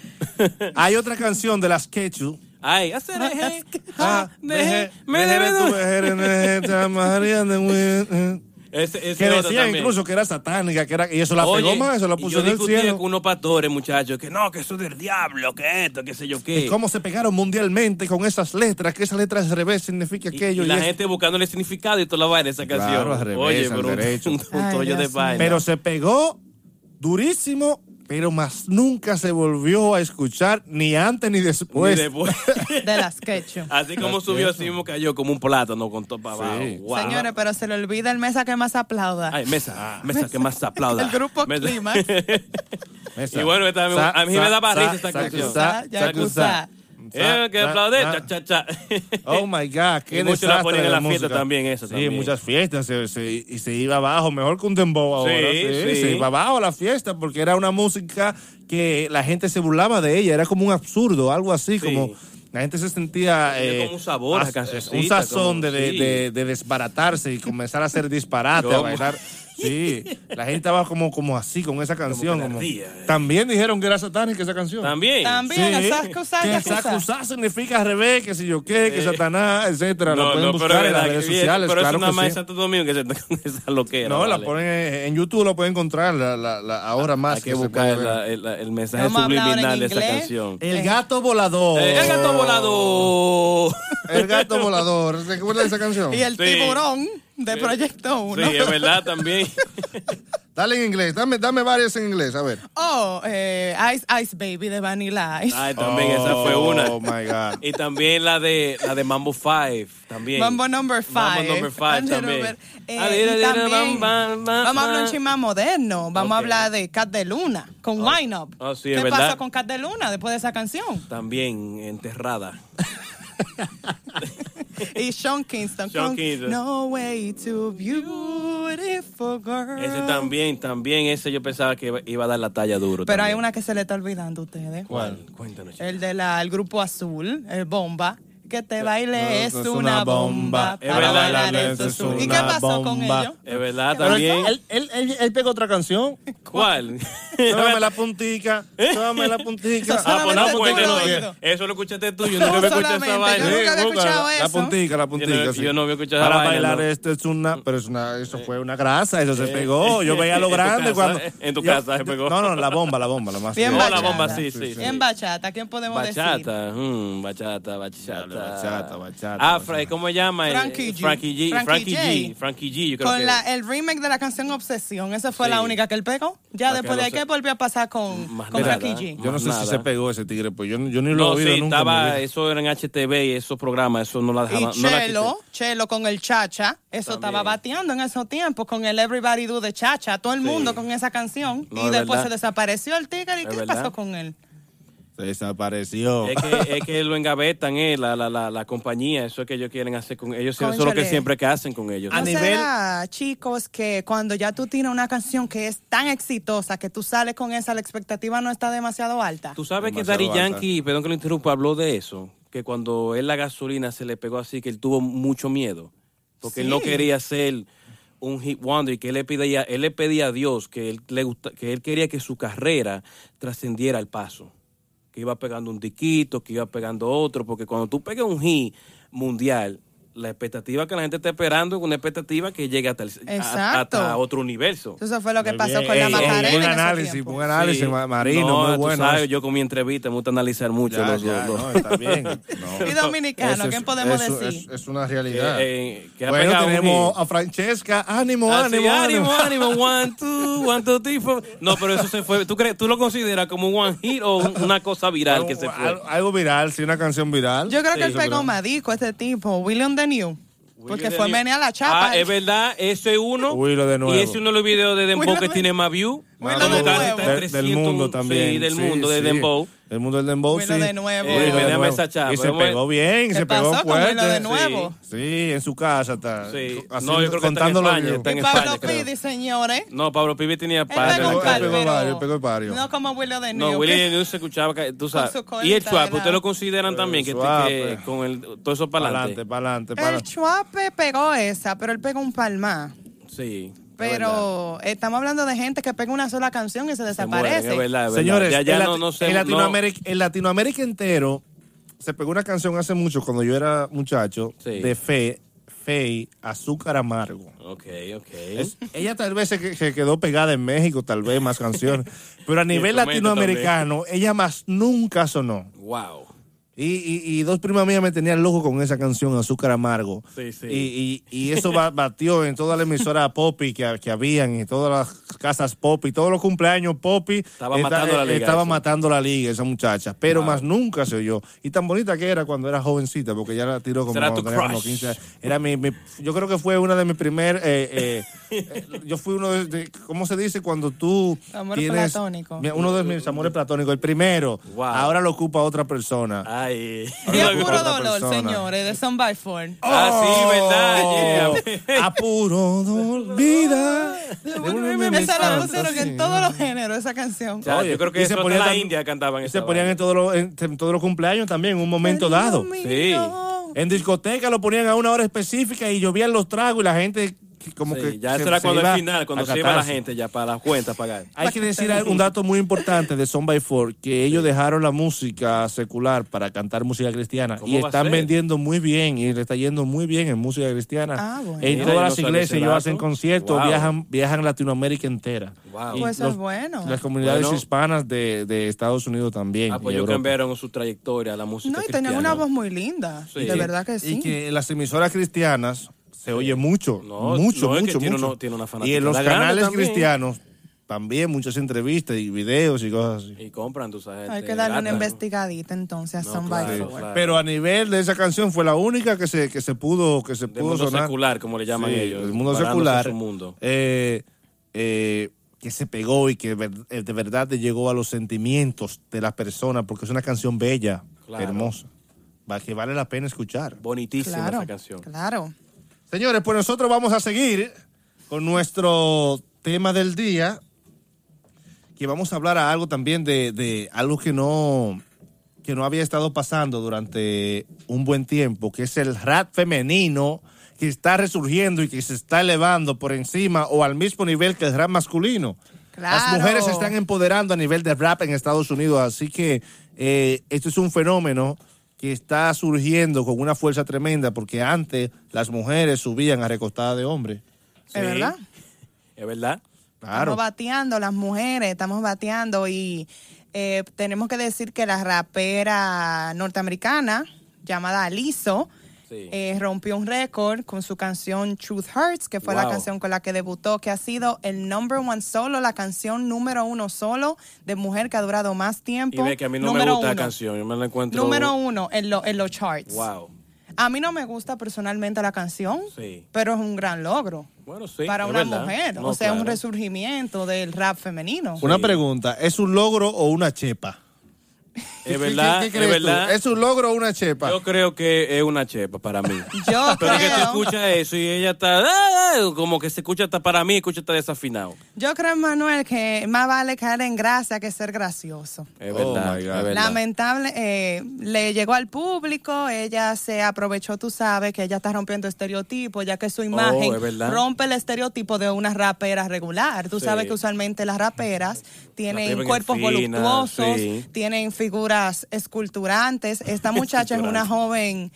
B: Hay otra canción de las Ketchup.
A: Ay, hacer eje, ah, deje, me debe de-
B: Que
A: Ese- ese otro
B: decía
A: también.
B: incluso que era satánica, que era, y eso la
A: Oye,
B: pegó más, eso la
A: y
B: puso
A: yo
B: en el
A: discutía
B: cielo.
A: con unos pastores, muchachos, que no, que eso es del diablo, que esto, que sé yo qué.
B: Y cómo se pegaron mundialmente con esas letras, que esas letras al revés significa
A: Y-
B: aquello.
A: y
B: y
A: la
B: esto.
A: gente buscándole significado y toda la vaina de esa
B: Claro,
A: canción.
B: al revés,
A: Oye,
B: al
A: pero un-
B: derecho.
A: un, un
C: Ay,
A: tollo de
C: Dios
A: vaina.
B: Pero se pegó durísimo, pero más nunca se volvió a escuchar, ni antes ni
A: Ni
B: después.
A: después.
C: De las Ketchup.
A: así como subió, así mismo cayó como un plátano con todo para abajo.
B: Sí.
A: Wow.
C: Señores, pero se le olvida el mesa que más aplauda.
A: Ay, mesa,
B: Ah.
A: mesa, que más se aplauda.
C: el grupo
A: Mesa. Eh,
C: Clímax.
B: Esa.
A: Y bueno, esta- a mí me da barriga esta canción.
B: sa-
C: Ya,
B: sa-
C: yakuza.
A: Eh, que
B: sa-
A: aplaude,
B: sa-
A: cha, cha, cha.
B: Oh my God, qué
A: Y muchos la
B: desastre
A: ponían en
B: de
A: la
B: música.
A: fiesta también, eso
B: Sí,
A: también.
B: muchas fiestas se- se- y se iba abajo, mejor que un dembow ahora.
A: Sí,
B: sí,
A: sí.
B: Se iba abajo la fiesta porque era una música que la gente se burlaba de ella, era como un absurdo, algo así como la gente se sentía
A: Tenía
B: eh,
A: como un sabor a
B: as-
A: cancioncita,
B: un sazón
A: como-
B: de, de-
A: sí.
B: de- de desbaratarse y comenzar a hacer disparate, a
A: ¿Cómo?
B: bailar. Sí, la gente estaba como, como así con esa canción.
A: que la
B: como-
A: ardía, eh.
B: También dijeron que era satánica esa canción.
A: También.
C: También,
B: Sí,
C: Asakusa,
B: que
C: Yakuza.
B: Sakusá significa al revés, que si yo qué, que Satanás, etcétera. la pueden buscar
A: es
B: en las
A: verdad
B: redes
A: que-
B: sociales,
A: pero
B: claro
A: es una
B: que
A: más de
B: sí.
A: Santo Domingo que se está con esa loquera.
B: No, la
A: vale.
B: ponen en en YouTube, lo pueden encontrar la- la- la- ahora más.
A: Hay que
B: se
A: buscar
B: puede ver.
A: la- el, el mensaje
C: Vamos a hablar ahora
A: subliminal
C: en
A: de esa
C: inglés.
A: canción.
B: El gato volador.
A: Eh, el gato volador.
B: Oh. El gato volador. ¿Se acuerdan de esa canción?
C: Y el
A: Sí.
C: tiburón de Proyecto 1.
A: Sí, es verdad también.
B: Dale en inglés, dame, dame varias en inglés, a ver.
C: Oh, eh, Ice Ice Baby de Vanilla Ice.
A: Ay, también esa fue
B: Oh
A: una.
B: my God.
A: Y también la de la de Mambo Five también.
C: Mambo number five.
A: Mambo number five
C: Andrew
A: también.
C: Robert. Eh,
A: Ah, mira,
C: y
A: mira, bam,
C: también
A: bam, bam,
C: Vamos a hablar un
A: bam.
C: chisme más moderno. Vamos a
A: Ok.
C: hablar de Cat de Luna con Wine Up.
A: Ah, sí,
C: ¿Qué
A: es verdad.
C: pasó con Cat de Luna después de esa canción?
A: También enterrada.
C: Y Sean Kingston
A: Sean
C: con
A: Kingston.
C: No Way to Beautiful Girl.
A: Ese también, también ese yo pensaba que iba- iba a dar la talla duro.
C: Pero hay
A: también.
C: una Eh, que se le está olvidando a ustedes.
A: ¿Cuál? Cuéntanos. chico.
C: El del grupo azul, el bomba. Que te baile
B: No,
C: es,
B: eso es
C: una
B: una
C: bomba.
B: bomba.
A: Es verdad,
B: es
C: eso es
B: una
C: ¿Y qué pasó con
B: bomba.
C: ellos?
A: Es verdad
B: Pero él,
A: también.
B: él, él, él- él pegó otra canción.
A: ¿Cuál?
B: Tómame la puntica, tómame la puntica.
C: Eso
A: Ah, pues no,
C: Solamente
A: porque
C: tú lo
A: no-
C: oído.
A: eso lo escuchaste tú. Yo
C: Tú
A: no había escuchado esa
C: solamente,
A: vaina.
C: Yo nunca había
B: Sí, búscala.
C: escuchado
B: La
C: eso.
B: puntica, la puntica.
A: Yo no-
B: sí.
A: yo no había escuchado
B: Para
A: esa vaina,
B: bailar
A: no.
B: esto es una, pero es una, eso fue una grasa, eso se pegó. Yo veía lo
A: En tu casa,
B: grande
A: eh,
B: cuando.
A: en tu
B: yo-
A: casa se pegó.
B: No, no, la bomba, la bomba, la más.
C: Bien
A: No,
B: grande.
A: Oh, la
C: bachata.
A: bomba, sí, sí. sí.
C: Bien bachata, ¿quién podemos decir?
A: Bachata, mm, bachata, bachata.
B: Dale, bachata, bachata,
A: Afra,
B: bachata.
A: ¿cómo se llama? Eh,
C: Frankie G.
A: Frankie G.
C: Frankie
A: Frankie G.
C: J.
A: Frankie G, yo creo que.
C: Con la, E. el remake de la canción Obsesión, esa fue
A: Sí.
C: la única que él pegó. Ya
A: Para que
C: después de
A: lo
C: ahí
A: se-
C: que volvió a pasar con,
A: Más
C: con
A: nada.
C: Frankie G.
B: Yo no sé
A: Más
B: si
A: nada.
B: se pegó ese tigre, pues yo, no- yo ni lo
A: No,
B: he
A: sí,
B: oído nunca. en mi
A: estaba,
B: vida.
A: eso era en HTV y esos programas, eso no la
C: Y
A: dejaban. no la
C: Chelo, Chelo con el Chacha, eso
A: También.
C: estaba bateando en esos tiempos con el Everybody Do de Chacha, todo el mundo con esa canción.
A: No,
C: y
A: es
C: después
A: verdad.
C: se desapareció el tigre. ¿Y
A: Es
C: qué
A: verdad.
C: pasó con él?
B: Se desapareció.
A: Es que, es que lo engavetan, eh, la, la, la, la compañía, eso es que ellos quieren hacer con ellos, eso es lo que
C: Cónchale.
A: siempre que hacen con ellos.
B: A
C: ¿No
B: nivel-
C: será, chicos, que cuando ya tú tienes una canción que es tan exitosa que tú sales con esa, la expectativa no está demasiado alta?
A: Tú sabes que
B: Demasiado
A: Daddy
B: alta.
A: Yankee, perdón que lo interrumpa, habló de eso, que cuando él la gasolina se le pegó así, que él tuvo mucho miedo, porque él no
C: Sí.
A: quería ser un hit wonder y que él le pedía, él le pedía a Dios que él le gusta, que él quería que su carrera trascendiera el paso, que iba pegando un diquito, que iba pegando otro, porque cuando tú pegas un hit mundial la expectativa que la gente está esperando es una expectativa que llegue hasta, el- a-
C: Exacto.
A: hasta otro universo.
C: Eso fue lo que
B: Muy
C: pasó
B: bien.
C: con la
B: Ey, ey,
C: Macarena. en
B: Buen
C: ese
B: análisis,
C: tiempo.
B: buen análisis,
A: Sí.
B: ma- Marino,
A: No,
B: muy
A: tú
B: bueno.
A: sabes, yo con mi entrevista me gusta analizar mucho
B: Ya,
A: los,
B: ya,
A: los-
B: no,
A: los-
B: está bien. No.
C: Y dominicano,
B: Eso
C: ¿qué
B: es-
C: podemos
B: eso
C: decir?
B: Es, es una
A: Eh,
B: realidad.
A: eh, que ha
B: bueno,
A: pegado un
B: tenemos
A: hit.
B: a Francesca. Ánimo,
A: Ah, sí,
B: ánimo, ánimo.
A: ánimo, ánimo, one, two, one, two, three, four. No, pero eso se fue. ¿Tú, crees, tú lo consideras como un one hit o un- una cosa viral que se
B: Algo-
A: fue?
B: Algo, algo viral, sí, una canción viral.
C: Yo creo
A: Sí,
C: que él
A: eso
C: pegó
A: creo.
C: madico este tipo, William the New. Porque
A: Willy
C: fue
A: de New-
C: menear la chapa.
A: Ah, es verdad, ese es uno.
B: Willy de nuevo.
A: Y ese es uno de los videos de Dembow
C: Willy
A: que
C: de-
A: tiene más view.
C: Willy
A: Como casi
C: de nuevo.
A: está en
B: De- del
A: 300,
B: mundo también.
A: Sí, del mundo, de
B: sí.
A: Dembow.
B: Del mundo del Dembow,
C: Bueno,
B: sí.
C: de nuevo.
B: Sí, de
C: Bueno,
B: nuevo.
A: esa chapa,
B: Y se
A: vamos a-
B: pegó bien,
C: ¿Qué
B: se pegó
C: pasó con
B: fuerte.
C: lo de
B: Sí.
C: nuevo?
B: Sí, en su casa está.
A: Sí.
B: co-
A: No, yo creo que está en
B: contándolo
A: España,
B: bien.
A: está en
C: y
A: España,
C: Pablo
A: creo.
C: Pidi, señores.
A: No, Pablo Pibe tenía
C: Él
A: par de-
C: pegó un par,
B: Él pegó
C: pero
B: varios, pegó varios.
C: No como Willow de New.
A: No, Willy
C: que-
A: de News se escuchaba, que- tú sabes.
C: su
A: y el
C: corta,
A: Chuap,
C: ¿verdad?
A: ¿ustedes lo consideran también? Que,
B: El Chuap,
A: que-
B: eh.
A: con el, todo eso para adelante.
B: Pa'lante, pa'lante,
C: El
B: pa'lante.
C: Chuape pegó esa, pero él pegó un par más.
A: Sí. es verdad.
C: Pero estamos hablando de gente que pega una sola canción y se
A: Se mueren,
C: desaparece.
A: es verdad, es verdad.
B: Señores,
A: ya, ya
B: el,
A: no,
B: lati-
A: no sé.
B: el
A: no-
B: Latinoamérica, el Latinoamérica entero se pegó una canción hace mucho cuando yo era muchacho
A: Sí.
B: de Fe, Fe, Azúcar Amargo.
A: Ok, ok.
B: Es- ella tal vez se, que- se quedó pegada en México, tal vez más canciones, pero a nivel
A: instrumento
B: latinoamericano ella más nunca sonó.
A: Wow.
B: Y, y- y dos primas mías me tenían loco con esa canción, Azúcar Amargo.
A: Sí, sí.
B: Y, y- y eso ba- batió en toda la emisora Poppy que, que habían, en todas las casas Poppy, todos los cumpleaños Poppy. eh,
A: Estaba matando la liga,
B: Estaba
A: eso.
B: matando la liga esa muchacha, pero
A: Wow.
B: más nunca se oyó. Y tan bonita que era cuando era jovencita, porque ya la tiró como
A: Será
B: cuando
A: tu
B: tenía como
A: crush.
B: 15 años. Era mi, mi- yo creo que fue una de mis primer... eh, eh, eh, yo fui uno de, de- ¿Cómo se dice? Cuando tú
C: Amor
B: tienes...
C: platónico.
B: mi- Uno de mis amores platónicos, el primero.
A: Wow.
B: Ahora lo ocupa otra persona.
A: Ay.
C: Y a
B: Otra
C: puro dolor,
B: persona.
C: señores, de Son by Four.
A: Oh,
B: Oh.
A: Ah, sí, verdad. yeah.
B: Apuro dolor, vida. devuélveme mis
C: Esa la pusieron
B: fantasías.
C: en todos los géneros, esa canción.
A: Ah, Ya, yo creo que
B: y
A: eso hasta
B: ponía
A: la
B: tam-
A: India cantaban
B: y
A: esa
B: se ponían
A: vaina.
B: en este todos los en- en todos los cumpleaños también, en un momento dado.
A: Sí.
B: En discoteca lo ponían a una hora específica y llovían los tragos y la gente como
A: Sí,
B: que
A: ya
B: se-
A: eso era
B: se
A: cuando
B: iba
A: al final, cuando
B: a
A: se iba la
B: catarse.
A: gente ya para las cuentas pagar.
B: Hay que decir algo- un dato muy importante de Son by Four, que ellos dejaron la música secular para cantar música cristiana
A: ¿Cómo
B: y
A: va a
B: están
A: ser?
B: vendiendo muy bien y le está yendo muy bien en música cristiana.
C: Ah, bueno.
B: En
A: Mira,
B: todas
A: yo no sabía
B: las
A: ese
B: iglesias ellos
A: dato.
B: hacen conciertos,
A: Wow.
B: viajan viajan Latinoamérica entera.
A: Wow.
B: Y
C: Pues eso es bueno.
B: Las comunidades
A: Bueno.
B: hispanas de, de Estados Unidos también.
A: Ah,
B: y
A: pues ellos
B: Europa.
A: cambiaron su trayectoria, la música.
C: No, y tenían
A: cristiana.
C: una voz muy linda.
A: Sí.
C: De verdad que sí.
B: Y que las emisoras cristianas se oye mucho,
A: No,
B: mucho,
A: no, es que
B: mucho,
A: tiene
B: mucho.
A: uno- tiene una
B: y en los
A: fanaticada grande
B: canales
A: también.
B: cristianos también muchas entrevistas y videos y cosas así.
A: Y compran, tú sabes. este,
C: Hay
A: te
C: que darle una
A: gatan.
C: investigadita entonces a
A: No,
C: Son by
A: claro,
C: Four.
A: claro.
B: Pero a nivel de esa canción fue la única que se, que se pudo que se
A: Del
B: pudo
A: mundo
B: sonar.
A: secular, como le llaman
B: Sí,
A: ellos.
B: El mundo
A: parándose
B: secular.
A: Su mundo.
B: eh, eh, que se pegó y que ver- eh, de verdad te llegó a los sentimientos de las personas porque es una canción bella,
A: Claro.
B: hermosa, va- que vale la pena escuchar.
A: Bonitísima
C: Claro,
A: esa canción.
C: claro.
B: Señores, pues nosotros vamos a seguir con nuestro tema del día, que vamos a hablar a algo también de, de algo que no, que no había estado pasando durante un buen tiempo, que es el rap femenino que está resurgiendo y que se está elevando por encima o al mismo nivel que el rap masculino. Las
C: Claro.
B: mujeres se están empoderando a nivel de rap en Estados Unidos, así que eh, esto es un fenómeno que está surgiendo con una fuerza tremenda, porque antes las mujeres subían a recostada de hombres.
C: ¿Es
A: Sí.
C: verdad?
A: Es verdad.
B: Claro.
C: Estamos bateando las mujeres, estamos bateando y eh, tenemos que decir que la rapera norteamericana llamada Aliso
A: Sí.
C: eh, rompió un récord con su canción Truth Hurts, que fue la
A: Wow.
C: canción con la que debutó, que ha sido el number one solo, la canción número uno solo de mujer que ha durado más
A: Y
C: tiempo.
A: ve que a mí no me
C: Número
A: gusta la
C: uno.
A: canción. Yo me la encuentro.
C: Número uno en, lo- en los charts.
A: Wow.
C: A mí no me gusta personalmente la canción,
A: Sí.
C: pero es un gran logro
A: Bueno, sí.
C: para
A: es
C: una
A: verdad.
C: mujer.
A: No,
C: o sea, un
A: claro.
C: resurgimiento del rap femenino.
B: Una pregunta, ¿es un logro o una chepa? ¿Qué-
A: Es verdad.
B: qué-
A: Es
B: qué crees tú?
A: verdad.
B: ¿Es un logro o una chepa?
A: Yo creo que es una chepa para mí.
C: Yo
A: Pero que tú
C: creo-
A: escuchas eso y ella está. "Ah, ah", Como que se escucha hasta para mí, escucha hasta desafinado.
C: Yo creo, Manuel, que más vale caer en gracia que ser gracioso.
A: Es
B: Oh
A: verdad.
B: my
A: es
B: God.
A: verdad.
C: Lamentable, eh, le llegó al público, ella se aprovechó, tú sabes, que ella está rompiendo estereotipos, ya que su imagen
A: Oh, es verdad.
C: rompe el estereotipo de una rapera regular. Tú
A: Sí.
C: sabes que usualmente las raperas tienen
A: tienen
C: cuerpos
A: finas,
C: voluptuosos,
A: sí.
C: tienen figuras esculturantes. Esta muchacha es una joven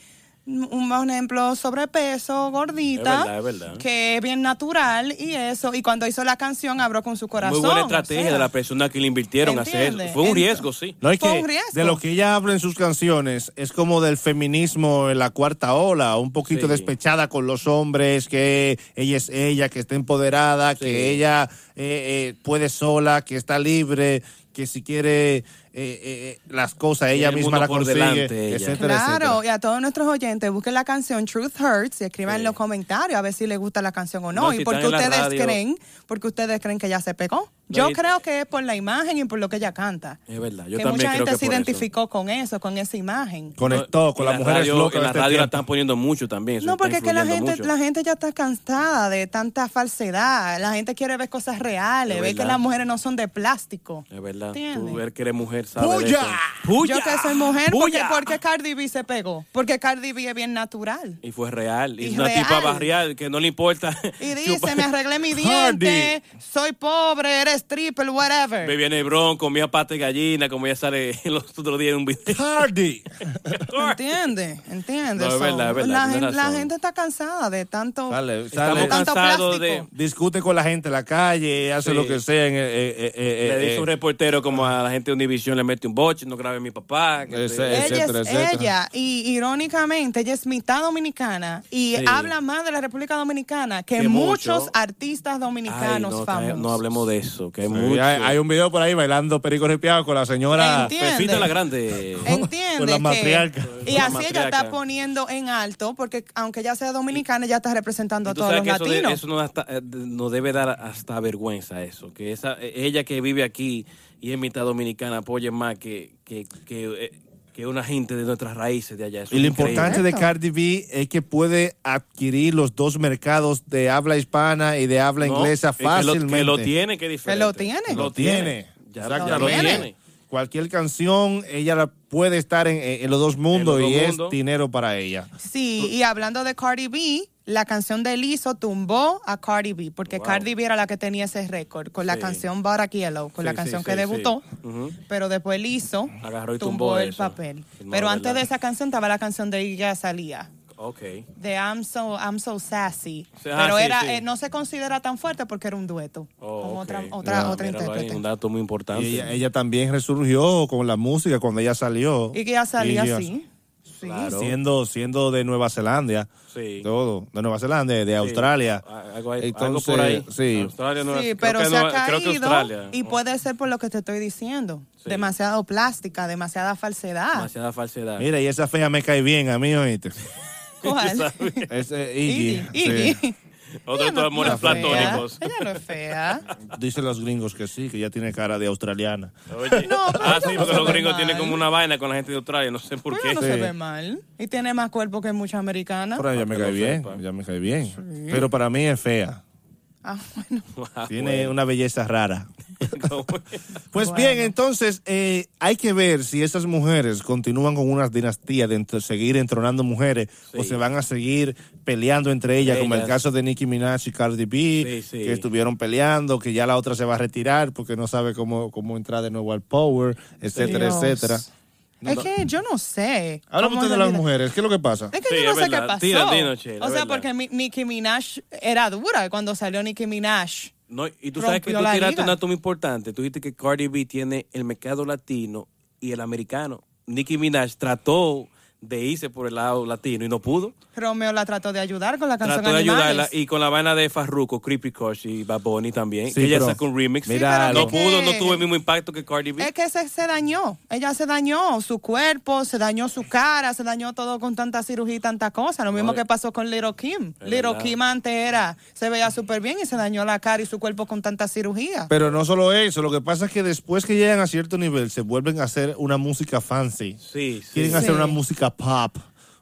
C: un por ejemplo sobrepeso, gordita,
A: Es verdad, es verdad.
C: que es bien natural y eso. Y cuando hizo la canción abrió con su corazón.
A: Muy buena
C: o
A: estrategia
C: sea.
A: de la persona que le invirtieron a hacer
C: ¿Entiende?
A: eso. Fue un
C: Ento-
A: riesgo, sí.
B: No es
C: Fue
B: que
C: un riesgo.
B: de lo que ella habla en sus canciones es como del feminismo en la cuarta ola, un
A: Sí.
B: poquito despechada con los hombres, que ella es ella, que está empoderada, que ella eh, eh, puede sola, que está libre, que si quiere eh, eh, las cosas ella
A: el mundo
B: misma las
A: por
B: consigue,
A: delante, ella.
B: etcétera,
C: Claro,
B: etcétera.
C: y a todos nuestros oyentes, busquen la canción Truth Hurts y escriban
A: Sí.
C: en los comentarios a ver si les gusta la canción o no.
A: No,
C: y
A: si
C: por qué
A: están en la
C: ustedes
A: radio-
C: creen, porque ustedes creen que ya se pegó. Yo
A: y-
C: creo que es por la imagen y por lo que ella canta.
A: Es verdad, yo
C: que
A: también
C: mucha
A: creo
C: gente
A: que
C: se
A: por eso.
C: identificó con eso, con esa imagen.
B: Conectó con
A: Y
B: las mujeres
A: radio-
B: locas.
A: En
B: de
A: la
B: este
A: radio la
B: tiempo.
A: están poniendo mucho también. eso
C: No,
A: está
C: porque es que la
A: influyendo
C: gente,
A: mucho.
C: la gente ya está cansada de tanta falsedad. La gente quiere ver cosas reales,
A: Es
C: ver que
A: verdad.
C: las mujeres no son de plástico.
A: Es verdad.
C: ¿Entiendes?
A: Tú ver que eres mujer, sabes. de
B: ¡Puya!
A: eso.
C: Yo que soy mujer, porque,
A: ¡Puya!
C: porque Cardi B se pegó. Porque Cardi B es bien natural.
A: Y fue real. Y,
C: Y
A: una
C: real.
A: tipa barrial que no le importa.
C: Y dice,
A: chupar.
C: me arreglé mi diente, soy pobre, eres triple, whatever.
A: Bebía Nebrón, comía pata de gallina, como ya sale los otros días en un video.
B: Cardi.
C: ¿Entiendes?
A: No,
C: ¿Entiendes?
A: es
C: So,
A: verdad, es verdad,
C: la,
A: tienes
C: gen- la
A: razón.
C: gente está cansada de tanto...
B: Sale, sale.
A: Estamos
C: Tanto
A: cansados
C: plástico.
A: de...
B: Discute con la gente en la calle, hace
A: Sí.
B: lo que sea. en- eh, eh,
A: Le
B: eh, eh,
A: dice un
B: eh,
A: reportero como a la gente de Univision, le mete un boche, no grabe mi papá. que
B: Ese-
A: te-
B: ese-
C: Ella
B: etcétera,
C: es
B: etcétera.
C: ella, y irónicamente, ella es mitad dominicana y
A: Sí.
C: habla más de la República Dominicana que
A: Que mucho.
C: muchos artistas
A: Ay,
C: dominicanos
A: no, cae-
C: famosos.
A: no hablemos de eso, que es
B: Sí,
A: mucho.
B: hay, hay un video por ahí bailando perico ripiado con la señora.
C: Entiendo.
A: Pepita
C: ¿Entiendes?
A: la Grande.
C: ¿Entiendes?
B: Con la
C: que-
B: matriarca.
A: Con
C: Y
A: la
C: así ella
A: matriarca.
C: está poniendo en alto, porque aunque ella sea dominicana, ella está representando
A: Y
C: a
A: tú
C: todos
A: sabes
C: los
A: que eso, de-
C: latinos.
A: eso nos, hasta- eh, de- nos debe dar hasta vergüenza eso, que esa eh, ella que vive aquí y es mitad dominicana apoye más que, que, que, eh, que una gente de nuestras raíces de allá. Eso
B: Y lo
A: es increíble.
B: importante de
C: Correcto.
B: Cardi B es que puede adquirir los dos mercados de habla hispana y de habla
A: No,
B: inglesa
A: es que lo-
B: fácilmente.
A: Que lo, tiene, que diferente.
C: Que lo tiene.
B: Lo tiene.
A: Ya, ya lo
B: Exactamente.
A: tiene.
B: Cualquier canción, ella la puede estar en, en- en los dos mundos
A: dos
B: y es
A: mundos.
B: dinero para ella.
C: Sí, y hablando de Cardi B, la canción de Lizzo tumbó a Cardi B, porque
A: Wow.
C: Cardi B era la que tenía ese récord con la
A: Sí.
C: canción Barak Yellow, con la
B: Sí,
C: canción
B: sí,
C: que
B: sí,
C: debutó,
A: Ujú.
C: pero después Lizzo
A: Agarró y
C: tumbó,
A: tumbó
C: el
A: eso.
C: papel.
A: No,
C: pero
A: ¿verdad?
C: antes de esa canción estaba la canción de ella salía.
A: Ok.
C: De I'm so, I'm so sassy.
A: Sí, ah,
C: Pero
A: sí,
C: era,
A: sí.
C: eh, no se considera tan fuerte porque era un dueto.
A: Oh,
C: con
A: ok.
C: otra, otra,
B: Ya,
C: otra
A: Míralo ahí,
C: intérprete.
A: un dato muy importante.
B: Y ella, ella también resurgió con la música cuando ella salió.
C: Y que ya salía
B: Y ella-
C: así. Sí.
A: Claro.
B: Siendo, siendo de Nueva Zelanda.
A: Sí.
B: Todo. De Nueva Zelanda, de, de Australia.
A: Ah, Algo, ahí- algo
B: Entonces,
A: por ahí.
B: sí.
A: Australia, Nueva-
C: Sí,
A: creo
C: pero
A: que
C: se ha
A: Nueva- creo que
C: caído
A: Australia. Oh,
C: y puede ser por lo que te estoy diciendo.
A: Sí.
C: Demasiado plástica, demasiada falsedad.
A: Demasiada falsedad.
B: Mira, y esa fea me cae bien a mí, oíste.
C: ¿Cuál?
B: Ese
C: Iggy.
B: Iggy. sí.
C: Iggy.
A: Otro
C: Ella
A: de
C: no-
A: tus amores
C: no es fea.
A: platónicos.
C: Ella no es fea.
B: Dicen los gringos que sí, que ya tiene cara de australiana.
A: Oye.
C: No, pero
A: ah,
C: ella
A: sí,
C: no
A: porque
C: se
A: los
C: ve
A: gringos
C: mal.
A: tienen como una vaina con la gente de Australia, no sé por
C: Pero
A: qué.
C: ella no
B: Sí.
C: se ve mal. Y tiene más cuerpo que muchas americanas.
B: Pero ella me
A: Ah. que
B: cae
A: lo
B: bien,
A: sepa.
B: ya me cae bien. Pero para mí es fea.
C: Ah, bueno.
A: Ah,
B: Tiene
A: bueno.
B: una belleza rara.
A: ¿Cómo es?
B: Pues bien, entonces eh, hay que ver si esas mujeres continúan con unas dinastías de entro- seguir entronando mujeres o
A: Sí.
B: se van a seguir peleando entre ellas, como el
A: Ellas.
B: caso de Nicki Minaj y Cardi B,
A: Sí, sí.
B: que estuvieron peleando, que ya la otra se va a retirar porque no sabe cómo, cómo entrar de nuevo al power, etcétera,
C: Dios.
B: etcétera.
C: es que yo no sé.
B: Hablamos
C: cómo
B: de
C: en
B: las
C: realidad-
B: mujeres, ¿qué es lo que pasa?
C: Es que
A: Sí,
C: yo
A: es
C: no sé
A: verdad.
C: qué pasó.
A: Tira, dinos, Sheila,
C: o
A: es
C: sea,
A: verdad.
C: porque Mi- Nicki Minaj era dura cuando salió Nicki Minaj.
A: No, y tú sabes que tú
C: Rompió la
A: tiraste
C: liga.
A: un dato muy importante. Tú dijiste que Cardi B tiene el mercado latino y el americano. Nicki Minaj trató de irse por el lado latino y no pudo.
C: Romeo la trató de ayudar con la canción
A: Trató de
C: Animales.
A: ayudarla y con la vaina de Farruko, Creepy Crush y Bad Bunny también.
B: Sí,
A: que ella
B: pero-
A: sacó un remix.
B: mira
A: no
B: lo-
A: pudo, no
C: que-
A: tuvo el mismo impacto que Cardi B.
C: Es que se, se dañó, ella se dañó su cuerpo, se dañó su cara, se dañó todo con tanta cirugía y tanta cosa. Lo mismo
A: No, eh,
C: que pasó con Little Kim.
A: es
C: Little
A: verdad.
C: Kim antes era, se veía súper bien y se dañó la cara y su cuerpo con tanta cirugía.
B: Pero no solo eso, lo que pasa es que después que llegan a cierto nivel se vuelven a hacer una música fancy.
A: Sí, sí.
B: Quieren
C: Sí.
B: hacer una música pop.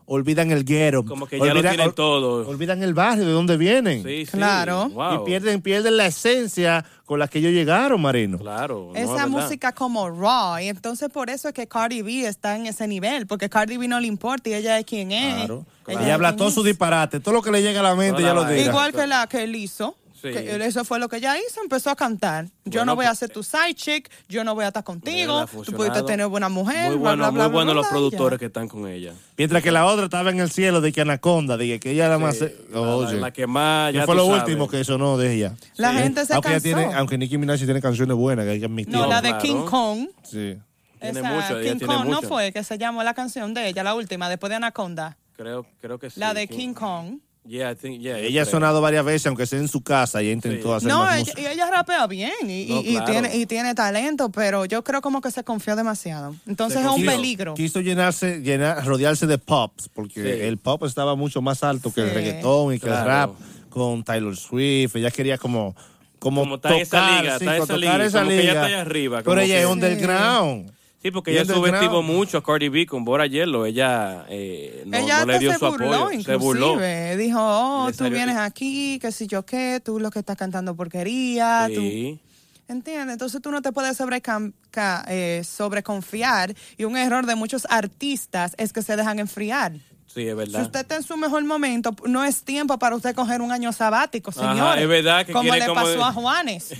B: Olvidan el ghetto.
A: Como que ya lo
B: olvidan-
A: tienen
B: ol-
A: todo.
B: Olvidan el barrio de donde vienen.
A: Sí, sí.
C: Claro.
A: Wow.
B: Y pierden, pierden la esencia con la que ellos llegaron, Marino.
A: Claro. no,
C: Esa
A: ¿verdad?
C: música como raw, y entonces por eso es que Cardi B está en ese nivel, porque Cardi B no le importa y ella es quien es.
B: Claro.
C: Ella
B: Ella
C: es
B: habla
C: quien
B: todo
C: es.
B: su disparate, todo lo que le llega a la mente,
A: Toda la
B: ya lo
A: vaina.
B: diga.
C: Igual que la que él hizo.
A: Sí.
C: Que eso fue lo que ella hizo, empezó a cantar. Yo
A: Bueno,
C: no voy a
A: pues,
C: ser tu side chick, yo no voy a estar contigo,
A: Mira,
C: tú
A: funcionado.
C: pudiste tener buena mujer.
A: Muy
C: bla,
A: bueno,
C: bla, bla,
A: muy
C: bla,
A: bueno
C: bla,
A: los
C: bla,
A: productores que están con ella.
B: Mientras que la otra estaba en el cielo de que Anaconda, dije que ella era más.
A: La-
B: Oye.
A: La, la que más.
B: que
A: Ya
B: fue
A: tú
B: lo
A: sabes.
B: último que sonó de ella.
C: La
B: Sí.
C: gente se
B: aunque ella
C: cansó.
B: tiene, aunque Nicki Minaj sí tiene canciones buenas que hay que
C: ya.
B: admitir.
C: No, la de
A: Claro.
C: King Kong.
B: Sí.
A: Tiene
C: esa
A: mucho, ella
C: King
A: tiene
C: Kong
A: mucho.
C: no fue que se llamó la canción de ella, la última, después de Anaconda.
A: Creo, creo que sí.
C: La de King Kong.
A: Yeah, I think, yeah,
B: Ella ha
A: creo.
B: sonado varias veces, aunque sea en su casa, ella intentó
A: Sí.
B: hacer
C: No,
B: más
C: ella,
B: música.
C: y ella rapea bien y,
A: No,
C: y- y
A: claro.
C: tiene, y tiene talento, pero yo creo como que se confió demasiado. Entonces
A: Se
C: es un
A: confió.
C: peligro.
B: Quiso llenarse, llenar, rodearse de pops, porque
A: Sí.
B: el pop estaba mucho más alto que el
C: Sí.
B: reggaetón y que el
A: Claro.
B: rap con Taylor Swift. Ella quería como, como,
A: Como está esa
B: tocar,
A: liga,
B: sí,
A: está
B: como
A: esa
B: tocar
A: liga,
B: esa
A: como que ella
B: liga.
A: está allá arriba,
B: Pero
A: como
B: ella
A: que-
B: es
A: Sí.
B: underground.
A: Sí, porque
B: Y
A: ella
B: underground.
A: subestimó mucho a Cardi B con Bora Yellow. Ella eh, no,
C: ella
A: no le
C: hasta
A: dio
C: se
A: su
C: burló,
A: apoyo.
C: inclusive.
A: Se burló.
C: Dijo,
A: Y
C: oh,
A: le
C: tú
A: salió-
C: vienes aquí, que si yo qué, tú lo que estás cantando porquería.
A: Sí.
C: Ah, Tú... ¿Entiendes? Entonces tú no te puedes sobrecam- ca- eh, sobreconfiar. Y un error de muchos artistas es que se dejan enfriar.
A: Sí, es verdad.
C: Si usted está en su mejor momento, no es tiempo para usted coger un año sabático,
A: Ajá,
C: señor.
A: es verdad que
C: como
A: quiere
C: le
A: como-
C: pasó a Juanes.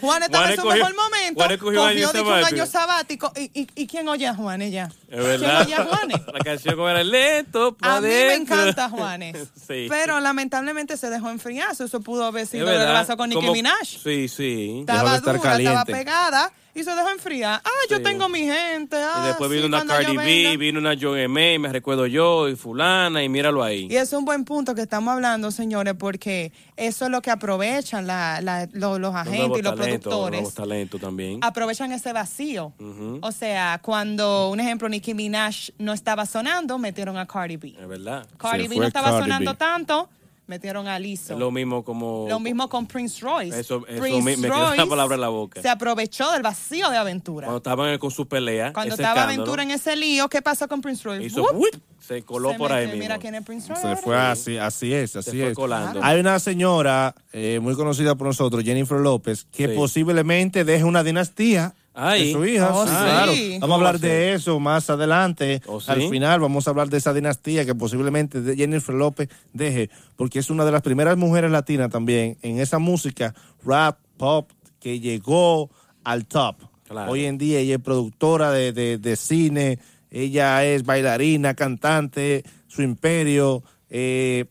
C: Juanes estaba
A: Juanes
C: en su
A: cogió-
C: mejor momento,
A: Juanes cogió un año
C: cogió dije, un
A: sabático.
C: año sabático. ¿Y, y, y quién oye a Juanes ya?
A: Es verdad.
C: ¿Quién oye a Juanes?
A: La canción como era lento, pa'
C: A mí me
A: dentro.
C: encanta Juanes,
A: sí.
C: pero lamentablemente se dejó enfriar. Eso pudo haber
A: Es
C: sido lo que
A: verdad.
C: pasó con Nicki
A: Como-
C: Minaj.
A: Sí, sí.
B: Dejó de
C: Estaba
B: estar
C: dura, estaba
B: caliente.
C: pegada y se dejó enfriar. Ah,
A: Sí.
C: yo tengo mi gente. Ah,
A: y después
C: sí,
A: vino una
C: cuando yo
A: Cardi B,
C: venga.
A: vino una John May, me recuerdo yo, y fulana, y míralo ahí.
C: Y es un buen punto que estamos hablando, señores, porque eso es lo que aprovechan la- la- lo- los
A: Los
C: agentes
A: nuevos
C: y los
A: talentos,
C: productores. Ah,
A: nuevos talentos también.
C: Aprovechan ese vacío. O sea, cuando, un ejemplo, Nicki Minaj no estaba sonando, metieron a Cardi B.
A: Es verdad.
C: Cardi
B: Se
C: B
B: fue
C: no estaba
B: Cardi
C: sonando
B: B.
C: tanto, metieron a
A: Es
C: Lizzo.
A: lo
C: Lo,
A: mismo como...
C: mismo con Prince Royce.
A: Eso- eso
C: Prince
A: me- me quedó la palabra en la boca.
C: Se aprovechó del vacío de Aventura.
A: Cuando
C: Cuando,
A: estaban con su pelea, ese
C: estaba
A: escándalo,
C: Aventura en ese lío, ¿qué pasó con Prince Royce?
A: hizo
C: Whoop,
A: whip, se coló
C: se
A: por ahí
C: metió,
A: mismo.
C: Mira quién es Prince Royce.
B: Se fue
C: ahora.
B: así, así es, así
A: fue
B: es.
A: colando.
B: Hay una señora eh, muy conocida por nosotros, Jennifer López, que
A: Sí.
B: posiblemente deje una dinastía
A: Ay.
B: de su hija.
C: Oh,
B: Sí,
C: sí.
B: claro. Vamos
A: ¿Cómo
B: a hablar
A: así?
B: de eso más adelante.
A: Oh, sí.
B: Al final vamos a hablar de esa dinastía que posiblemente de- Jennifer López deje, porque es una de las primeras mujeres latinas también en esa música rap, pop, que llegó al top.
A: Claro.
B: Hoy en día ella es productora de, de- de cine, ella es bailarina, cantante, su imperio. eh,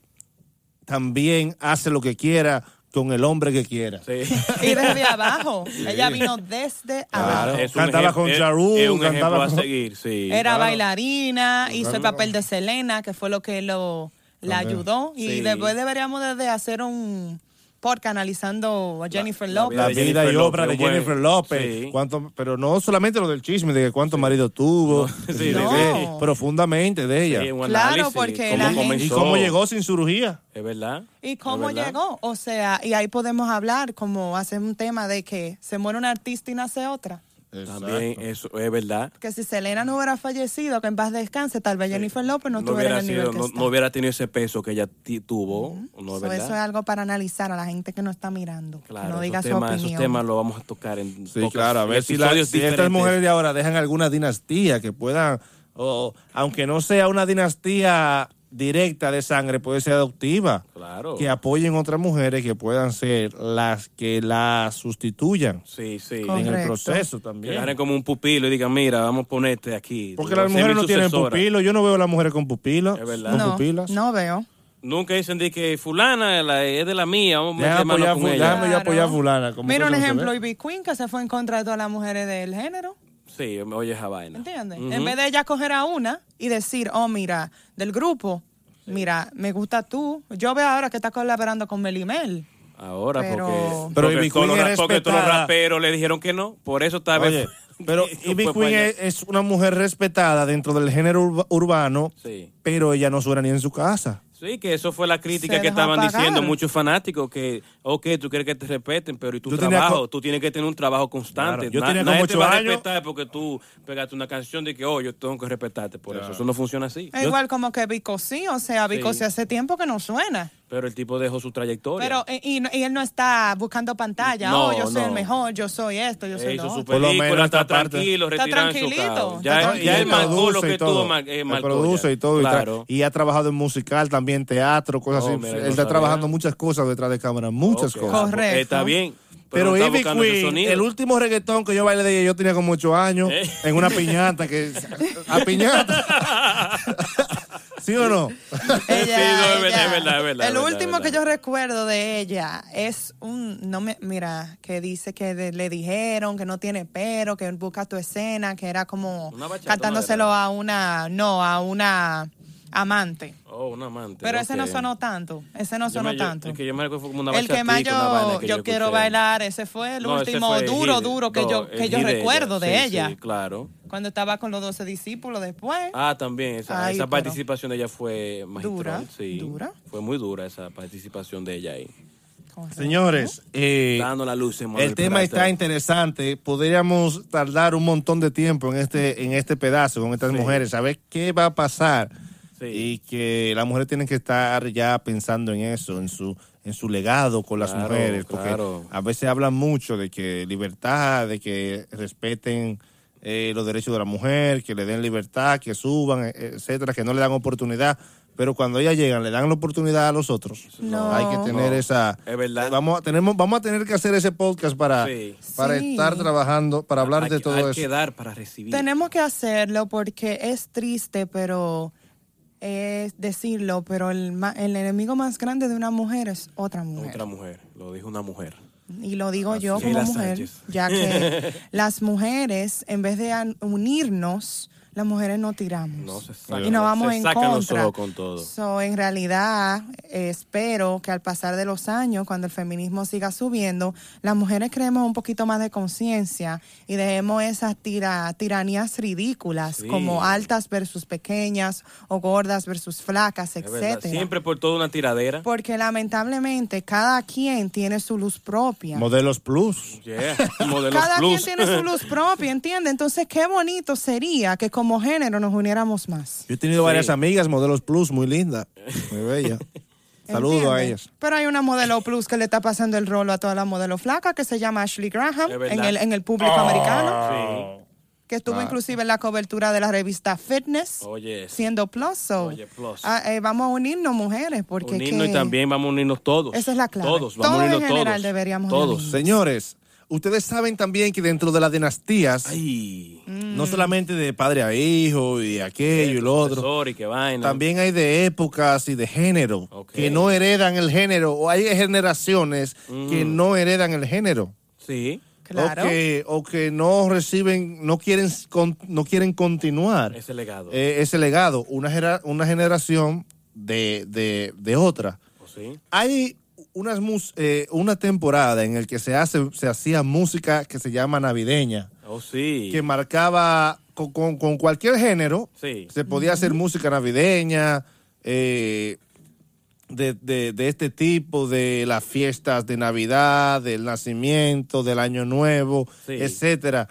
B: también hace lo que quiera con el hombre que quiera.
A: Sí. Ah,
C: Y desde abajo. Ella vino
B: Claro.
C: desde abajo.
A: Es un
B: Cantaba
A: ejem-
B: con
A: es-
B: Ja Rule,
A: es un
B: cantaba
A: ejemplo a
B: con-
A: seguir, sí.
C: Era bailarina, hizo el papel de Selena, que fue lo que lo la
B: También.
C: ayudó.
A: Sí.
C: Y después deberíamos de, de hacer un podcast analizando a Jennifer
A: la
C: Lopez.
B: la
A: de
B: vida
A: Jennifer
B: y obra
A: López,
B: de Jennifer
A: bueno,
B: López.
A: sí.
B: Cuánto- pero no solamente lo del chisme de que cuánto marido tuvo,
A: sí,
B: de-
C: No.
B: de- profundamente de ella.
A: Sí, un
C: Claro,
A: análisis,
C: porque
A: cómo
C: la gente-
A: comenzó.
B: y cómo llegó sin cirugía.
A: Es verdad.
C: ¿Y
A: es
C: cómo
A: verdad.
C: llegó? O sea, y ahí podemos hablar, como hacer un tema de que se muere una artista y nace otra.
A: También eh, eso es verdad.
C: Que si Selena no hubiera fallecido, que en paz descanse, tal vez Jennifer López no,
A: No
C: estuviera
A: hubiera,
C: en el nivel
A: sido,
C: que
A: no,
C: está.
A: no hubiera tenido ese peso que ella ti- tuvo. No
C: So,
A: es verdad.
C: eso es algo para analizar a la gente que no está mirando. que
A: Claro,
C: no
A: esos,
C: diga su
A: temas, esos
C: opinión.
A: temas los vamos a tocar en
B: Sí,
A: pocas-
B: claro, a ver si, la-
A: episodios
B: si estas
A: diferentes.
B: mujeres de ahora dejan alguna dinastía que puedan, o, aunque no sea una dinastía directa de sangre, puede ser adoptiva.
A: Claro.
B: Que apoyen otras mujeres que puedan ser las que la sustituyan
A: Sí, sí.
C: Con-
B: en el
C: Correcto.
B: proceso
A: Que
B: también.
A: agarren como un pupilo y digan, mira, vamos a ponerte aquí.
B: Porque
A: Tú vas
B: las
A: a ser
B: mujeres
A: mi
B: no tienen
A: sucesora.
B: pupilo. Yo no veo a las mujeres con pupilo.
A: Es verdad.
B: Con
C: no,
B: pupilas.
C: no veo.
A: Nunca dicen de que fulana la- es de la mía, vamos a
B: Déjame
A: meter mano
B: apoyar
A: con
B: fu-
A: ella.
B: déjame- Déjame yo apoyar a fulana, como
C: Mira
B: que
C: un
B: eso no se
C: ejemplo,
B: ve.
C: Ivy Queen, que se fue en contra de todas las mujeres del género.
A: Sí, oye esa vaina.
C: ¿Entiendes?
A: Ujú.
C: En vez de ella coger a una y decir, oh, mira, del grupo, mira, me gusta tú. Yo veo ahora que está colaborando con Melimel.
A: Ahora,
C: Pero-
A: porque,
B: Pero
A: porque,
B: Ivy
A: todos los,
B: Queen
A: ra-
B: es
A: porque todos los
B: respetada.
A: raperos le dijeron que no. Por eso tal
B: Oye,
A: vez.
B: pero
A: fue
B: Ivy
A: para
B: Queen
A: allá.
B: es, es una mujer respetada dentro del género urba- urbano,
A: Sí.
B: pero ella no suena ni en su casa.
A: Sí, que eso fue la crítica
C: Se
A: que
C: dejó
A: estaban
C: apagar.
A: diciendo muchos fanáticos que, ok, tú quieres que te respeten, pero ¿y tu
B: Yo tenía
A: trabajo?
B: co-
A: Tú tienes que tener un trabajo constante.
B: Claro, yo
A: Na-
B: tenía
A: nadie
B: como
A: te
B: ocho
A: va a
B: años.
A: respetar porque tú pegaste una canción de que, oh, yo tengo que
C: E
A: respetarte por eso. Eso no funciona así.
C: Es Igual como que Bicosí, o sea, Bicosí hace tiempo que no suena.
A: Pero el tipo dejó su trayectoria.
C: Pero eh, y, no- y él no está buscando pantalla.
A: No,
C: oh, yo soy
A: no.
C: el mejor, yo soy esto, yo soy
A: Él hizo
C: lo
A: su
C: otro.
B: Por lo
A: película,
B: menos
A: está
B: esta parte.
A: tranquilito,
C: Está
A: retirado en su
C: tranquilito,
A: casa.
C: está
A: Ya,
C: tranquilito.
A: ya él
C: Y
A: marcó
B: produce
A: lo que
B: y
A: todo.
B: todo.
A: mar- eh,
B: Él
A: marcó
B: produce
A: ya.
B: y todo. y tra-
A: Claro.
B: Y, ha trabajado en musical, también teatro, cosas
A: Oh,
B: así.
A: mira, no
B: Él está
A: sabía.
B: trabajando muchas cosas detrás de cámara, muchas
A: Ok.
B: cosas.
C: Correcto.
A: Eh, Está bien.
B: Pero,
A: no está
B: Ivy
A: buscando ese
B: Queen,
A: sonido.
B: el último reggaetón que yo bailé de ella, yo tenía como ocho años,
A: ¿Eh?
B: en una piñata que... A piñata. ¿Sí o no?
A: Sí, no, es verdad, es verdad, es verdad, es
C: el
A: verdad,
C: último
A: es verdad.
C: que yo recuerdo de ella es un no me mira que dice que de- le dijeron que no tiene pero que busca tu escena que era como
A: Una bachata,
C: cantándoselo
A: una
C: a una no a una amante
A: Oh, un amante.
C: pero ese no
A: ok.
C: sonó tanto ese no
A: Yo me-
C: sonó
A: yo-
C: tanto
A: El que yo me recuerdo fue como una
C: el que más
A: bachatica, una vaina
C: yo,
A: que
C: yo quiero
A: escuché.
C: bailar ese fue el
A: No, ese
C: último
A: fue
C: duro
A: Hit-
C: duro que
A: no,
C: yo que
A: el
C: yo
A: Hit
C: recuerdo de
A: Sí,
C: ella
A: Sí, claro.
C: cuando estaba con los 12 discípulos después
A: Ah, también. Esa,
C: Ay,
A: esa
C: pero-
A: participación de ella fue magistral.
C: Dura,
A: sí.
C: dura.
A: Fue muy dura esa participación de ella ahí.
C: Correcto.
B: Señores, eh,
A: Dando la luz, Emanuel
B: el tema
A: Peralta.
B: está interesante. Podríamos tardar un montón de tiempo en este, en este pedazo con estas mujeres, saber qué va a pasar.
A: Sí.
B: Y que las mujeres tienen que estar ya pensando en eso, en su, en su legado con las
A: Claro,
B: mujeres. Porque
A: claro.
B: a veces hablan mucho de que libertad, de que respeten eh, los derechos de la mujer, que le den libertad, que suban, eh, etcétera, que no le dan oportunidad. Pero cuando ellas llegan, le dan la oportunidad a los otros.
C: No.
B: Hay que tener
A: No.
B: esa.
A: Es verdad.
B: Vamos a, tenemos, vamos a tener que hacer ese podcast para,
A: Sí.
B: para
C: Sí.
B: estar trabajando, para hablar
A: Hay
B: de
A: que-
B: todo
A: hay
B: eso.
A: que dar para recibir.
C: Tenemos que hacerlo porque es triste, pero es decirlo, pero el, ma- el enemigo más grande de una mujer es otra mujer.
A: Otra mujer. Lo dijo una mujer.
C: Y lo digo yo
A: es.
C: como
A: Sheila
C: mujer,
A: Sánchez.
C: ya que las mujeres, en vez de an- unirnos, las mujeres no tiramos.
A: No, se sacan-
C: y nos vamos
A: se
C: en
A: sacan los
C: contra.
A: ojos con todo.
C: So, en realidad, eh, espero que al pasar de los años, cuando el feminismo siga subiendo, las mujeres creemos un poquito más de conciencia y dejemos esas tira- tiranías ridículas
A: Sí.
C: como altas versus pequeñas o gordas versus flacas,
A: Es verdad.
C: etcétera.
A: Siempre por toda una tiradera.
C: Porque lamentablemente cada quien tiene su luz propia.
B: Modelos Plus.
A: Yeah. Modelos
C: Cada
A: plus.
C: quien tiene su luz propia, ¿entiendes? Entonces, qué bonito sería que como género nos uniéramos más.
B: Yo he tenido
A: Sí.
B: varias amigas, Modelos Plus, muy linda, muy bella. Saludo a
C: ¿entiendes?
B: ellas.
C: Pero hay una modelo plus que le está pasando el rolo a toda la modelo flaca que se llama Ashley Graham
A: Es verdad. Ah.
C: en el, en el público americano,
A: Sí.
C: que estuvo inclusive en la cobertura de la revista Fitness,
A: Oye, eso.
C: siendo plus. so,
A: Oye, plus.
C: ah, eh, vamos a unirnos mujeres, porque
A: unirnos
C: que-
A: y también vamos a unirnos todos.
C: Esa es la clave.
A: Todos, vamos a
C: Todos en
A: unirnos todos.
C: general deberíamos de
A: Todos.
C: unirnos.
B: Señores, ustedes saben también que dentro de las dinastías,
A: Ay,
B: no solamente de padre a hijo y de aquello y lo otro,
A: profesor y qué vaina.
B: también hay de épocas y de género
A: Ok.
B: que no heredan el género, o hay generaciones que no heredan el género.
A: Sí.
C: Claro.
B: o que, o que no reciben, no quieren, con- no quieren continuar
A: Ese legado.
B: eh, ese legado, una, gera- una generación de, de- de otra.
A: ¿O Oh, sí?
B: Hay unas mus- eh, una temporada en la que se, hace, se hacía música que se llama navideña,
A: ¿O Oh, sí?
B: que marcaba con, con- con cualquier género,
A: Sí.
B: se podía hacer música navideña, eh, de, de- de este tipo, de las fiestas de Navidad, del nacimiento, del Año Nuevo,
A: Sí.
B: etcétera.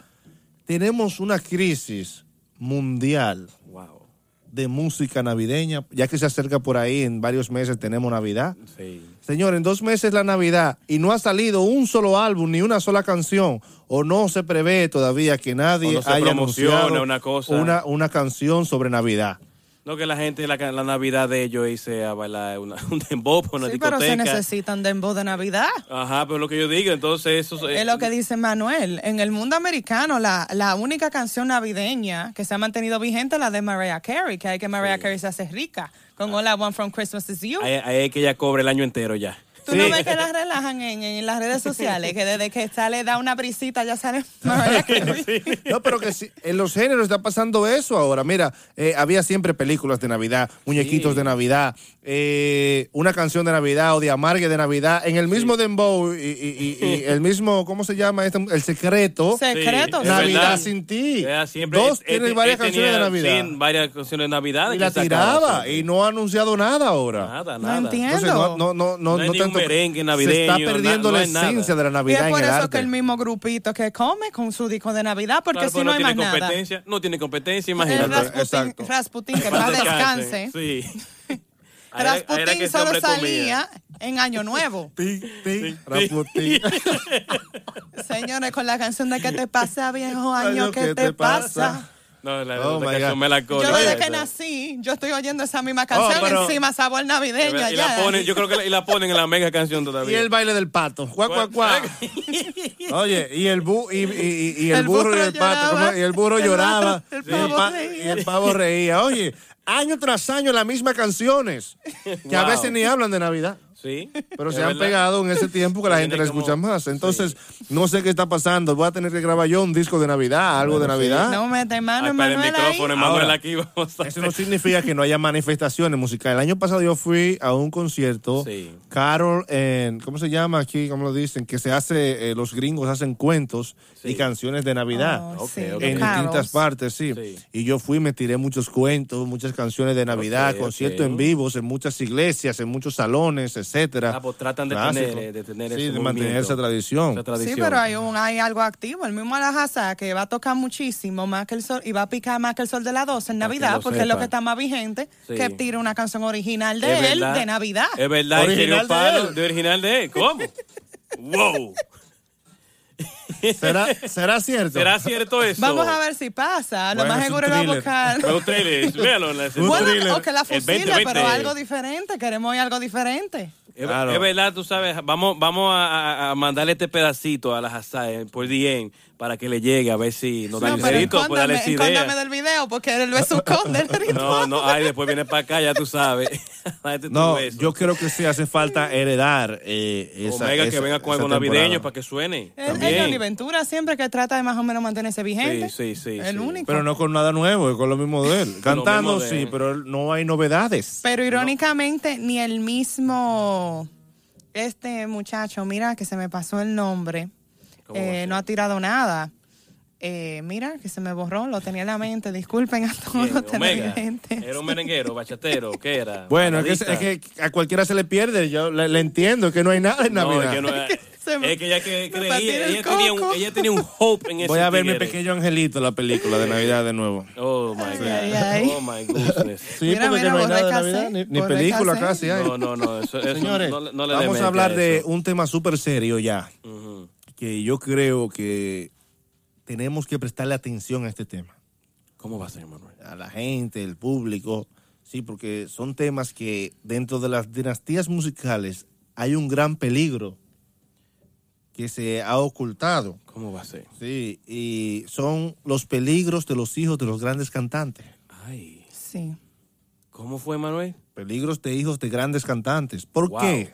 B: Tenemos una crisis mundial
A: Wow.
B: de música navideña, ya que se acerca por ahí, en varios meses tenemos Navidad.
A: Sí.
B: Señor, en dos meses la Navidad y no ha salido un solo álbum ni una sola canción, o no se prevé todavía que nadie
A: O no se
B: haya
A: promociona
B: anunciado
A: una cosa.
B: Una, una canción sobre Navidad.
A: No que la gente, la, la Navidad de ellos hice a bailar una, un dembow por una
C: sí,
A: discoteca.
C: pero se necesitan dembow de Navidad.
A: Ajá, pero lo que yo digo, entonces eso eh,
C: Es lo que dice Manuel. En el mundo americano, la, la única canción navideña que se ha mantenido vigente es la de Mariah Carey, que hay que Mariah Carey se hace rica con All I Want From Christmas Is You.
A: Ah. Ahí, ahí es que ella cobra el año entero ya.
C: Tú no ves que las relajan en, en las redes sociales, que desde que sale, da una brisita, ya sale Mariah Carey.
B: No, pero que sí, en los géneros está pasando eso ahora. Mira, eh, había siempre películas de Navidad, muñequitos de Navidad, eh, una canción de Navidad o de amargue de Navidad, en el mismo dembow y, y- y- y el mismo, ¿cómo se llama? este? el secreto.
C: Secreto.
A: es
B: Navidad
A: verdad.
B: sin ti.
A: Ella siempre-
B: Dos
A: él-
B: tiene
A: él-
B: varias
A: él
B: canciones
A: tenía,
B: de Navidad.
A: sí, varias canciones de Navidad.
B: y
A: que
B: la
A: sacaba
B: tiraba
A: siempre.
B: y no ha anunciado nada ahora.
A: Nada,
C: No
A: nada.
C: entiendo.
B: Entonces, no, no, no, no,
A: No hay
B: no
A: ni
B: tanto-
A: un merengue
B: se
A: navideño,
B: está
A: na-
B: perdiendo
A: no
B: la
A: hay nada.
B: esencia de la
C: Y es
B: Navidad
C: por
B: en el
C: eso
B: arte.
C: que el mismo grupito que come con su disco de Navidad, porque
A: Claro,
C: si
A: pero
C: no, hay más
A: tiene
C: nada.
A: competencia. No tiene competencia,
C: El
A: imagínate.
B: Exacto.
C: Rasputin, Rasputin, que
A: Paz
C: más descanse.
A: Sí. Ahí era- ahí era que
C: Rasputín
A: este
C: solo
A: hombre comía.
C: salía en Año Nuevo.
B: Ti, ti, Rasputín.
C: Señores, con la canción de ¿Qué te pasa, viejo año? ¿Qué te pasa?
A: No, la,
B: Oh,
A: la
B: my
A: canción
B: God.
A: me la
C: Yo
A: cola.
C: desde que nací, yo estoy oyendo esa misma canción
B: pero-
C: encima, sabor
A: Y
C: navideño.
A: la- Oh, y
C: ya.
A: la ponen, yo creo que la, y la ponen en la mega canción
B: Y
A: todavía.
B: el baile del pato. Cuac, cuac, cuac. Oye, y el, bu- y, y- y- y el,
C: El
B: burro,
C: burro
B: y el pato.
C: lloraba,
B: ¿cómo? Y el burro
C: el
B: lloraba.
C: pato, el
B: y
C: pavo
B: pa-
C: reía.
B: y el pavo reía. Oye, año tras año las mismas canciones. Que a
A: Wow.
B: veces ni hablan de Navidad.
A: Sí.
B: Pero
A: es
B: se han
A: verdad.
B: pegado en ese tiempo que la gente la
A: Tiene
B: escucha
A: como-
B: más. Entonces, no sé qué está pasando. Voy a tener que grabar yo un disco de Navidad, algo de Navidad.
C: No mete mano,
A: Ay, Ah, para el
C: Emanuel, ahí. Ah,
A: micrófono, Emanuel,
B: Ahora.
A: aquí vamos a...
B: Eso no significa que no haya manifestaciones musicales. El año pasado yo fui a un concierto,
A: Sí.
B: Carol, en, ¿cómo se llama aquí? ¿Cómo lo dicen? Que se hace, eh, los gringos hacen cuentos y canciones de Navidad.
C: Oh,
A: Ok,
C: sí,
A: ok.
C: los
B: En
C: caros.
B: distintas partes, sí.
A: Sí.
B: Y yo fui, me tiré muchos cuentos, muchas canciones de Navidad,
A: Ok,
B: conciertos
A: ok.
B: en vivos, en muchas iglesias, en muchos salones, etcétera.
A: Ah, pues tratan de tener, eh, de tener
B: sí,
A: ese
B: de mantener
A: movimiento.
B: esa tradición.
A: Esa tradición.
C: Sí, pero hay, un, hay algo activo. El mismo Alajaza que va a tocar muchísimo más que el sol y va a picar más que el sol de la 12 en
A: Para que
C: Navidad,
A: lo
C: porque es lo
A: sepa.
C: que está más vigente,
A: Sí.
C: que tire una canción original de
A: Es
C: él
A: verdad.
C: de Navidad.
A: Es verdad, y
B: Original
A: sería
B: de
A: un palo
B: él.
A: de original de él. ¿Cómo? ¡Wow!
B: ¿Será, será cierto?
A: ¿Será cierto eso?
C: Vamos a ver si pasa. Lo
B: Bueno,
C: más
B: es un
C: seguro va a
B: thriller.
C: buscar.
A: Pero ustedes, véanlo. en la-
B: Un
C: Bueno,
B: thriller.
C: o que la
A: El
C: fusile,
A: 2020.
C: pero algo diferente. Queremos hoy algo diferente.
A: Es,
B: Claro.
A: es verdad, tú sabes, vamos, vamos a, a- a mandarle este pedacito a las Hassan por DM para que le llegue a ver si nos da
C: No,
A: un
C: pero
A: dedito, pues dale
C: escóndame,
A: esa
C: escóndame
A: idea.
C: del video porque él lo es un conde.
A: No, no, ay, después viene para acá, ya tú sabes. Date tu
B: No,
A: beso.
B: yo creo que sí hace falta heredar eh, esa,
A: Omega que
B: esa-
A: venga con
B: esa
A: algo navideño
B: temporada.
A: para que suene.
C: Él es Johnny
A: también.
C: Ventura siempre que trata de más o menos mantenerse vigente.
A: Sí, sí, sí,
C: El
A: sí.
C: único.
B: Pero no con nada nuevo, es con lo mismo de él. Cantando
A: mismo de él.
B: sí, pero él- no hay novedades.
C: Pero irónicamente, ni el mismo este muchacho, mira que se me pasó el nombre,
A: ¿Cómo
C: eh,
A: va a ser?
C: no ha tirado nada. Eh, mira que se me borró, lo tenía en la mente. Disculpen a todos
A: Bien,
C: los
A: Omega.
C: televidentes.
A: Era un merenguero, bachatero, ¿qué era?
B: Bueno, es que,
A: Baladista.
B: es que a cualquiera se le pierde, yo le, le entiendo, es que no hay nada en
A: No,
B: Navidad.
A: es que no era-
C: Se me-
A: es que ella que
C: me partí
A: creía,
C: el
A: ella tenía, un,
C: coco.
A: ella tenía un hope en ese
B: Voy a ver mi
A: tigre.
B: pequeño angelito, la película de Navidad de nuevo.
A: Oh my God.
C: ay, ay.
A: Oh my goodness.
B: Sí,
C: Mira,
B: porque
C: mira,
B: no hay nada de
C: borré
B: Navidad,
C: cassette,
B: ni, ni
C: borré
B: película
C: cassette.
B: casi hay.
A: No, no, no. Eso, eso,
B: Señores,
A: no, le- no le
B: vamos
A: demente
B: a hablar de
A: eso.
B: un tema súper serio ya, que yo creo que tenemos que prestarle atención a este tema.
A: ¿Cómo va a ser, Manuel?
B: a la gente, el público, sí, porque son temas que dentro de las dinastías musicales hay un gran peligro que se ha ocultado,
A: ¿Cómo va a ser?
B: sí, y son los peligros de los hijos de los grandes cantantes,
A: Ay.
C: Sí.
A: ¿Cómo fue, Manuel?
B: peligros de hijos de grandes cantantes. ¿Por
A: Wow.
B: qué?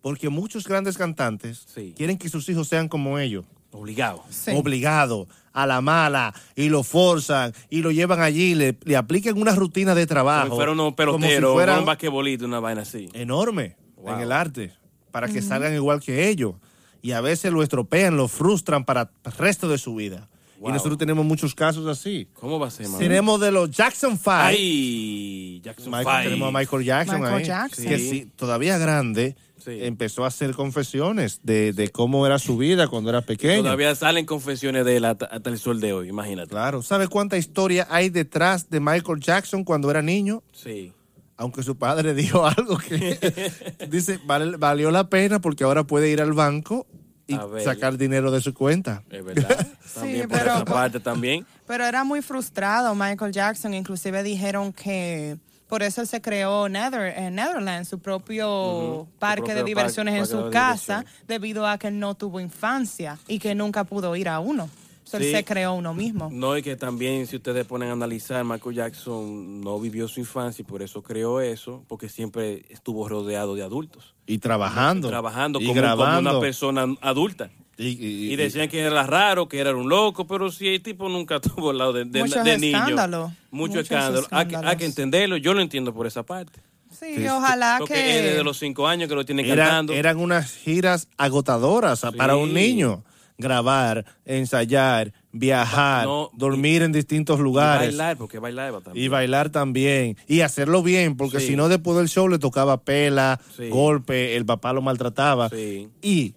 B: Porque muchos grandes cantantes
A: Sí.
B: quieren que sus hijos sean como ellos.
A: Obligado.
C: Sí.
B: obligado a la mala y lo forzan y lo llevan allí, le, le aplican una rutina de trabajo.
A: Como si fuera un
B: como si
A: pelotero,
B: fueran
A: un basquetbolista, una vaina así.
B: enorme
A: Wow.
B: en el arte para que salgan igual que ellos. Y a veces lo estropean, lo frustran para el resto de su vida.
A: Wow.
B: Y nosotros tenemos muchos casos así.
A: ¿Cómo va a ser, Manuel?
B: Tenemos de los Jackson Five.
A: Ay, Jackson
B: Michael-
A: Five.
B: tenemos a Michael Jackson
C: Michael
B: ahí,
C: Jackson.
B: que
A: Sí.
B: sí, todavía grande,
A: Sí.
B: empezó a hacer confesiones de, de cómo era su vida cuando era pequeño.
A: Todavía salen confesiones de él hasta, hasta el sol de hoy, imagínate.
B: Claro, ¿sabe cuánta historia hay detrás de Michael Jackson cuando era niño?
A: Sí.
B: Aunque su padre dijo algo que dice, "Vale- valió la pena porque ahora puede ir al banco y
A: A ver.
B: sacar dinero de su cuenta.
A: Es verdad. También por
C: pero-
A: esa parte también.
C: Pero era muy frustrado Michael Jackson. Inclusive dijeron que por eso se creó Nether, eh, Netherland, su propio parque
A: propio
C: de diversiones
A: par-
C: en
A: parque de
C: su casa,
A: diversiones.
C: debido a que no tuvo infancia y que nunca pudo ir a uno. So, él
A: Sí. Mm,
C: se creó uno mismo.
A: No, y que también, si ustedes ponen a analizar, Michael Jackson no vivió su infancia y por eso creó eso, porque siempre estuvo rodeado de adultos.
B: Y trabajando.
A: Trabajando
B: y
A: como, como
B: grabando,
A: una persona adulta.
B: Y, y-
A: Y decían que era raro, que era un loco, pero si el tipo nunca estuvo al lado de, de,
C: Muchos
A: de niño.
C: escándalos.
A: Mucho
C: Muchos
A: escándalo. Ah, Hay que, hay
C: escándalos.
A: que entenderlo, yo lo entiendo por esa parte.
C: Sí,
B: Sí,
C: ojalá
A: Porque es
C: que...
A: desde eh, los cinco años que lo tienen
B: eran-
A: cantando.
B: eran unas giras agotadoras a- para un niño. Grabar, ensayar, viajar,
A: No,
B: dormir en distintos
A: Y
B: lugares.
A: bailar, porque bailaba también.
B: Y bailar también. Y hacerlo bien, porque
A: Sí.
B: si no, después del show le tocaba pela,
A: Sí.
B: golpe, el papá lo maltrataba.
A: Sí.
B: Y,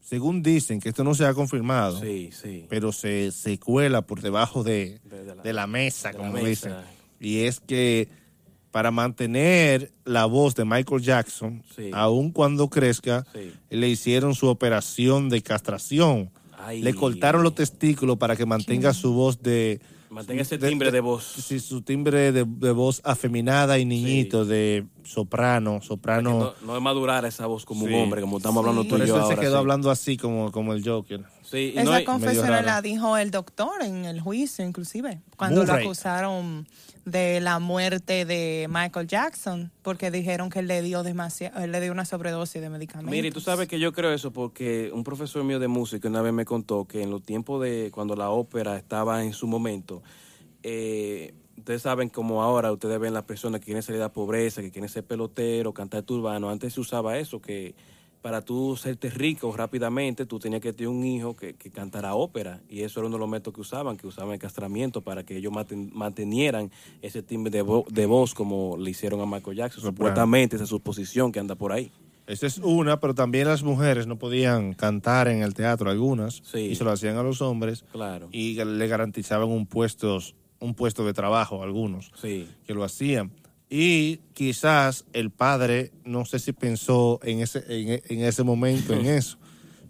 B: según dicen, que esto no se ha confirmado,
A: Sí, sí.
B: pero se, se cuela por debajo de,
A: De- de la-
B: de la mesa,
A: de la
B: como
A: mesa.
B: dicen. Y es que para mantener la voz de Michael Jackson,
A: Sí.
B: aun cuando crezca,
A: Sí.
B: le hicieron su operación de castración.
A: Ay.
B: Le cortaron los testículos para que mantenga su voz de...
A: Mantenga ese timbre de voz.
B: Sí, su timbre de, de voz afeminada y niñito, de soprano, soprano...
A: No, no es madurar esa voz como
B: Sí.
A: un hombre, como estamos hablando tú
B: Por
A: y yo
B: eso él se
A: ahora,
B: quedó
A: sí.
B: hablando así como, como el Joker.
A: Sí, y
C: Esa
A: no hay-
C: confesión
B: medio
C: la
B: raro.
C: dijo el doctor en el juicio, inclusive, cuando
B: Murray.
C: lo acusaron de la muerte de Michael Jackson, porque dijeron que él le dio demasiado, él le dio una sobredosis de medicamentos.
A: Mire, tú sabes que yo creo eso porque un profesor mío de música una vez me contó que en los tiempos de cuando la ópera estaba en su momento, eh, ustedes saben como ahora ustedes ven las personas que quieren salir de la pobreza, que quieren ser pelotero, cantar turbano. Antes se usaba eso, que para tú serte rico rápidamente, tú tenías que tener un hijo que, que cantara ópera. Y eso era uno de los métodos que usaban, que usaban el castramiento para que ellos maten- mantenieran ese timbre de, vo- de voz como le hicieron a Michael Jackson.
B: Soprano.
A: Supuestamente esa es su posición que anda por ahí.
B: Esa es una, pero también las mujeres no podían cantar en el teatro, algunas,
A: Sí.
B: y se lo hacían a los hombres,
A: Claro.
B: y le garantizaban un, puestos, un puesto de trabajo a algunos
A: Sí.
B: que lo hacían. Y quizás el padre, no sé si pensó en ese, en, e- en ese momento en eso,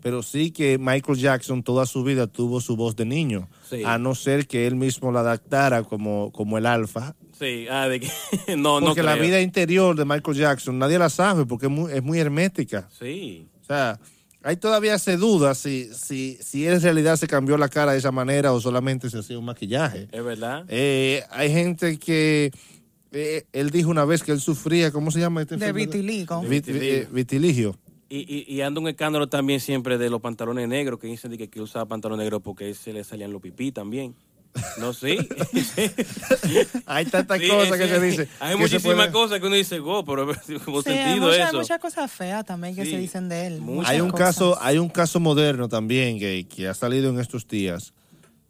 B: pero sí que Michael Jackson toda su vida tuvo su voz de niño,
A: Sí.
B: a no ser que él mismo la adaptara como, como el alfa,
A: Sí, ah, de que no, no
B: Porque la
A: creo.
B: vida interior de Michael Jackson nadie la sabe porque es muy, es muy hermética.
A: Sí,
B: O sea, hay todavía se duda si, si, si él en realidad se cambió la cara de esa manera o solamente se hacía un maquillaje.
A: es verdad.
B: Eh, hay gente que eh, él dijo una vez que él sufría, ¿cómo se llama este
C: De
B: enfermedad?
C: vitiligo.
B: Vit- vi- eh, vitiligio.
A: Y, y, y anda un escándalo también siempre de los pantalones negros, que dicen de que, que usaba pantalón negro porque se le salían los pipí también. No, sí.
B: Hay tantas
A: Sí,
B: cosas que
A: ese-
B: se dice.
A: Hay
B: que se
A: muchísimas
B: pueden-
A: cosas que uno dice, go, pero como
C: Sí, hay
A: sentido
C: mucha- hay
A: eso.
C: muchas cosas feas también que
A: Sí,
C: se dicen de él.
A: muchas
B: Hay un
C: cosas.
B: caso, hay un caso moderno también que, que ha salido en estos días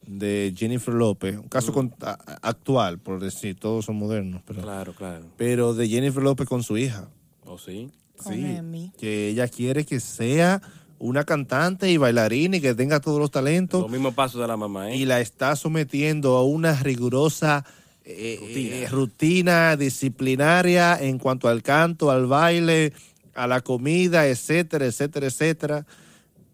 B: de Jennifer López, un caso con- a- actual, por decir, todos son modernos, pero,
A: Mm. Claro, claro.
B: pero de Jennifer López con su hija.
A: ¿O sí?
C: Con Emmy.
B: que ella quiere que sea una cantante y bailarina y que tenga todos los talentos
A: Los mismos pasos de la mamá, ¿eh?
B: y la está sometiendo a una rigurosa eh,
A: Rutina.
B: eh, rutina disciplinaria en cuanto al canto, al baile, a la comida, etcétera, etcétera, etcétera.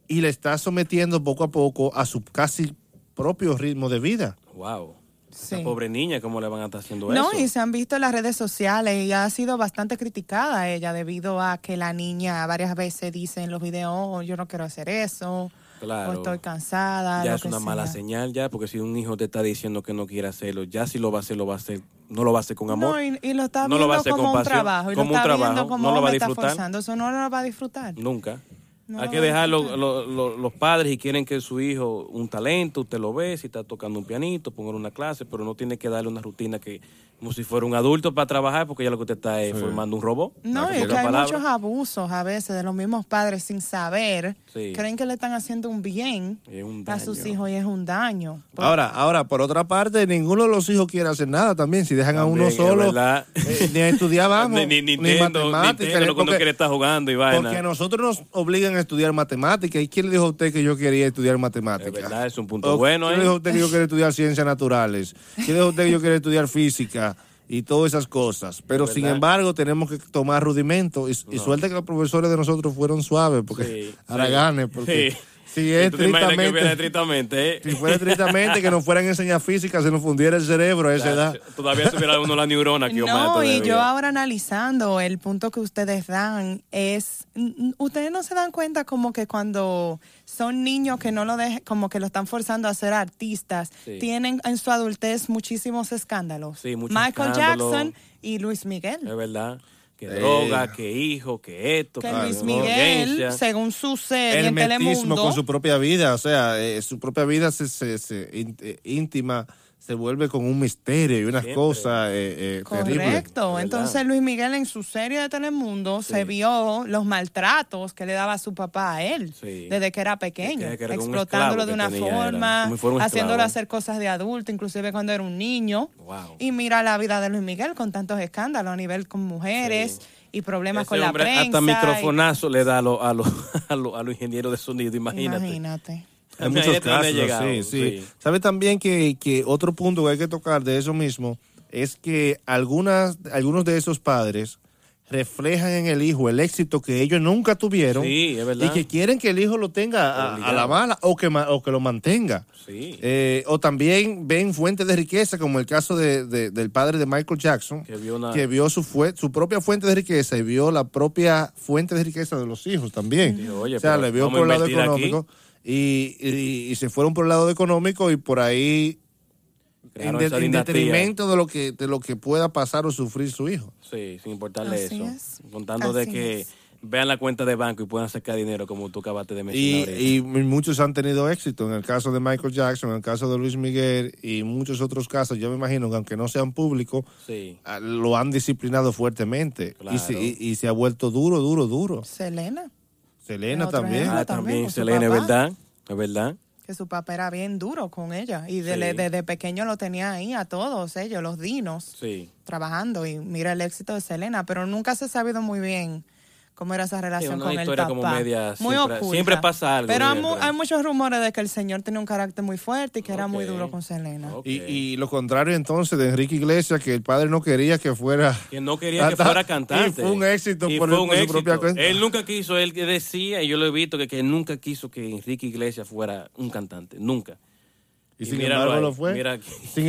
B: Y le está sometiendo poco a poco a su casi propio ritmo de vida.
A: Wow.
C: Sí.
A: Esa pobre niña, ¿cómo le van a estar haciendo
C: No,
A: eso?
C: y se han visto en las redes sociales y ha sido bastante criticada ella debido a que la niña varias veces dice en los videos, "Oh, yo no quiero hacer eso,
A: Claro.
C: o estoy cansada.
A: ya
C: lo
A: es
C: que
A: una mala
C: sea.
A: señal ya, porque si un hijo te está diciendo que no quiere hacerlo, ya si lo va a hacer, lo va a hacer, no lo va a hacer con amor.
C: No, y, y lo está
A: No lo
C: viendo
A: va a hacer
C: como
A: con
C: un
A: pasión,
C: trabajo. Y
A: como
C: lo
A: un
C: está
A: trabajo,
C: viendo como
A: no lo va a
C: "Me está
A: disfrutar".
C: forzando, Eso no lo va a disfrutar.
A: Nunca.
C: No
A: Hay
C: lo
A: que
C: va a
A: dejar lo-
C: disfrutar.
A: lo- lo- los padres y quieren que su hijo un talento, usted lo ve, si está tocando un pianito, póngale una clase, pero no tiene que darle una rutina que como si fuera un adulto para trabajar, porque ya lo que usted está es formando un robot.
C: No,
A: En
C: y que
A: pocas
C: hay
A: palabras.
C: muchos abusos a veces de los mismos padres sin saber.
A: Sí.
C: Creen que le están haciendo un bien
A: Es un
C: a sus
A: daño.
C: hijos y es un daño.
B: Ahora, ahora, por otra parte, ninguno de los hijos quiere hacer nada también. Si dejan
A: También,
B: a uno
A: es
B: solo,
A: verdad.
B: eh, ni a estudiar vamos,
A: Ni, ni Nintendo, Nintendo,
B: ni-
A: lo que uno
B: porque-
A: quiere estar jugando y vaina.
B: Porque a nosotros nos obligan a estudiar matemáticas. ¿Y quién le dijo a usted que yo quería estudiar matemáticas?
A: Es verdad, es un punto
B: ¿O
A: bueno,
B: ¿Quién
A: ¿eh?
B: le dijo a usted que yo quería estudiar ciencias naturales? ¿Quién le dijo a usted que yo quería estudiar física? Y todas esas cosas. Pero sin
A: verdad.
B: embargo, tenemos que tomar rudimentos. Y, y suerte que los profesores de nosotros fueron suaves, porque
A: Sí,
B: haraganes.
A: sí.
B: Porque
A: Sí.
B: si es
A: ¿Tú te imaginas que viene
B: estrictamente.
A: estrictamente, ¿eh?
B: Si fuera estrictamente que nos fueran a enseñar física, se nos fundiera el cerebro a esa edad.
A: Todavía se hubiera uno la neurona que Omar
C: No, y
A: todavía.
C: yo ahora analizando el punto que ustedes dan es, n- n- ustedes no se dan cuenta como que cuando son niños que no lo dejan, como que lo están forzando a ser artistas,
A: Sí.
C: tienen en su adultez muchísimos escándalos.
A: Sí, muchos
C: Michael
A: escándalos.
C: Jackson y Luis Miguel.
A: Es verdad. Que
B: Eh.
A: droga, que hijo, que esto,
C: Que
A: que
C: Luis
A: droga,
C: Miguel,
A: audiencia.
C: según su serie en
B: hermetismo
C: Telemundo,
B: con su propia vida, o sea, eh, su propia vida se, se- se ín- eh, íntima se vuelve con un misterio y unas
A: Siempre.
B: cosas eh, eh, terribles.
C: Correcto.
A: ¿verdad?
C: Entonces Luis Miguel en su serie de Telemundo se vio los maltratos que le daba su papá a él
A: Sí.
C: desde que era pequeño,
A: Que- que era un
C: explotándolo
A: esclavo
C: de
A: que
C: una
A: tenía, era.
C: forma,
A: Como si fuera un
C: haciéndolo
A: esclavo.
C: hacer cosas de adulto, inclusive cuando era un niño.
A: Wow.
C: Y mira la vida de Luis Miguel con tantos escándalos a nivel con mujeres y problemas
A: Ese
C: con la
A: hombre
C: prensa.
A: Hasta
C: y-
A: microfonazo le da a los a lo, a lo- a los ingenieros de sonido, imagínate.
C: Imagínate.
B: Hay
A: Mira,
B: muchos
A: ya te han
B: casos,
A: llegado,
B: sí, sí.
A: sí.
B: ¿Sabe también que, que otro punto que hay que tocar de eso mismo es que algunas, algunos de esos padres reflejan en el hijo el éxito que ellos nunca tuvieron
A: Sí, es verdad.
B: y que quieren que el hijo lo tenga a- a,
A: Obligado.
B: la mala o que, ma- o que lo mantenga.
A: Sí.
B: Eh, o también ven fuentes de riqueza, como el caso de- de- del padre de Michael Jackson,
A: Que vio una-
B: que vio su, fue- su propia fuente de riqueza y vio la propia fuente de riqueza de los hijos también.
A: Dijo, "Oye,
B: o sea,
A: pero
B: le vio
A: vamos
B: por el
A: a
B: lado
A: invertir aquí".
B: económico y, y- y se fueron por el lado económico y por ahí
A: Crearon
B: en, de-
A: esa
B: en
A: dinastía.
B: detrimento de lo, que, de lo que pueda pasar o sufrir su hijo.
A: Sí, sin importarle
C: Así
A: eso.
C: es.
A: Contando de
C: Así
A: que
C: es.
A: vean la cuenta de banco y puedan sacar dinero como tú acabaste de mencionar.
B: Y,
A: ahorita.
B: y muchos han tenido éxito, en el caso de Michael Jackson, en el caso de Luis Miguel y muchos otros casos, yo me imagino que aunque no sean públicos,
A: Sí.
B: ah, lo han disciplinado fuertemente
A: Claro.
B: y, se, y- y se ha vuelto duro, duro, duro.
C: Selena,
B: Selena
C: Otro
B: también.
C: ejemplo.
A: Ah,
C: Selena también,
A: también,
C: con su
A: Selena, es
C: papá.
A: verdad. Es verdad.
C: que su papá era bien duro con ella y de-
A: Sí.
C: desde pequeño lo tenía ahí a todos ellos, los dinos,
A: Sí.
C: trabajando y mira el éxito de Selena, pero nunca se ha sabido muy bien cómo era esa relación
A: una
C: con el
A: historia
C: papá.
A: como media
C: muy
A: siempre-
C: oculta.
A: siempre pasa algo,
C: Pero hay,
A: siempre.
C: mu- hay muchos rumores de que el señor tenía un carácter muy fuerte y que era muy
A: Ok.
C: duro con Selena.
A: Ok.
B: Y, y lo contrario entonces de Enrique Iglesias, que el padre no quería que fuera...
A: Que no quería que
B: Hasta-
A: fuera cantante.
B: Ah, Y fue un éxito
A: Y
B: por,
A: fue
B: el-
A: un
B: por su
A: éxito.
B: propia cuenta.
A: Él nunca quiso, él decía, y yo lo he visto, que, que nunca quiso que Enrique Iglesias fuera un cantante. Nunca.
B: y sin
A: míralo
B: embargo
A: ahí,
B: lo fue.
A: mira-
B: sin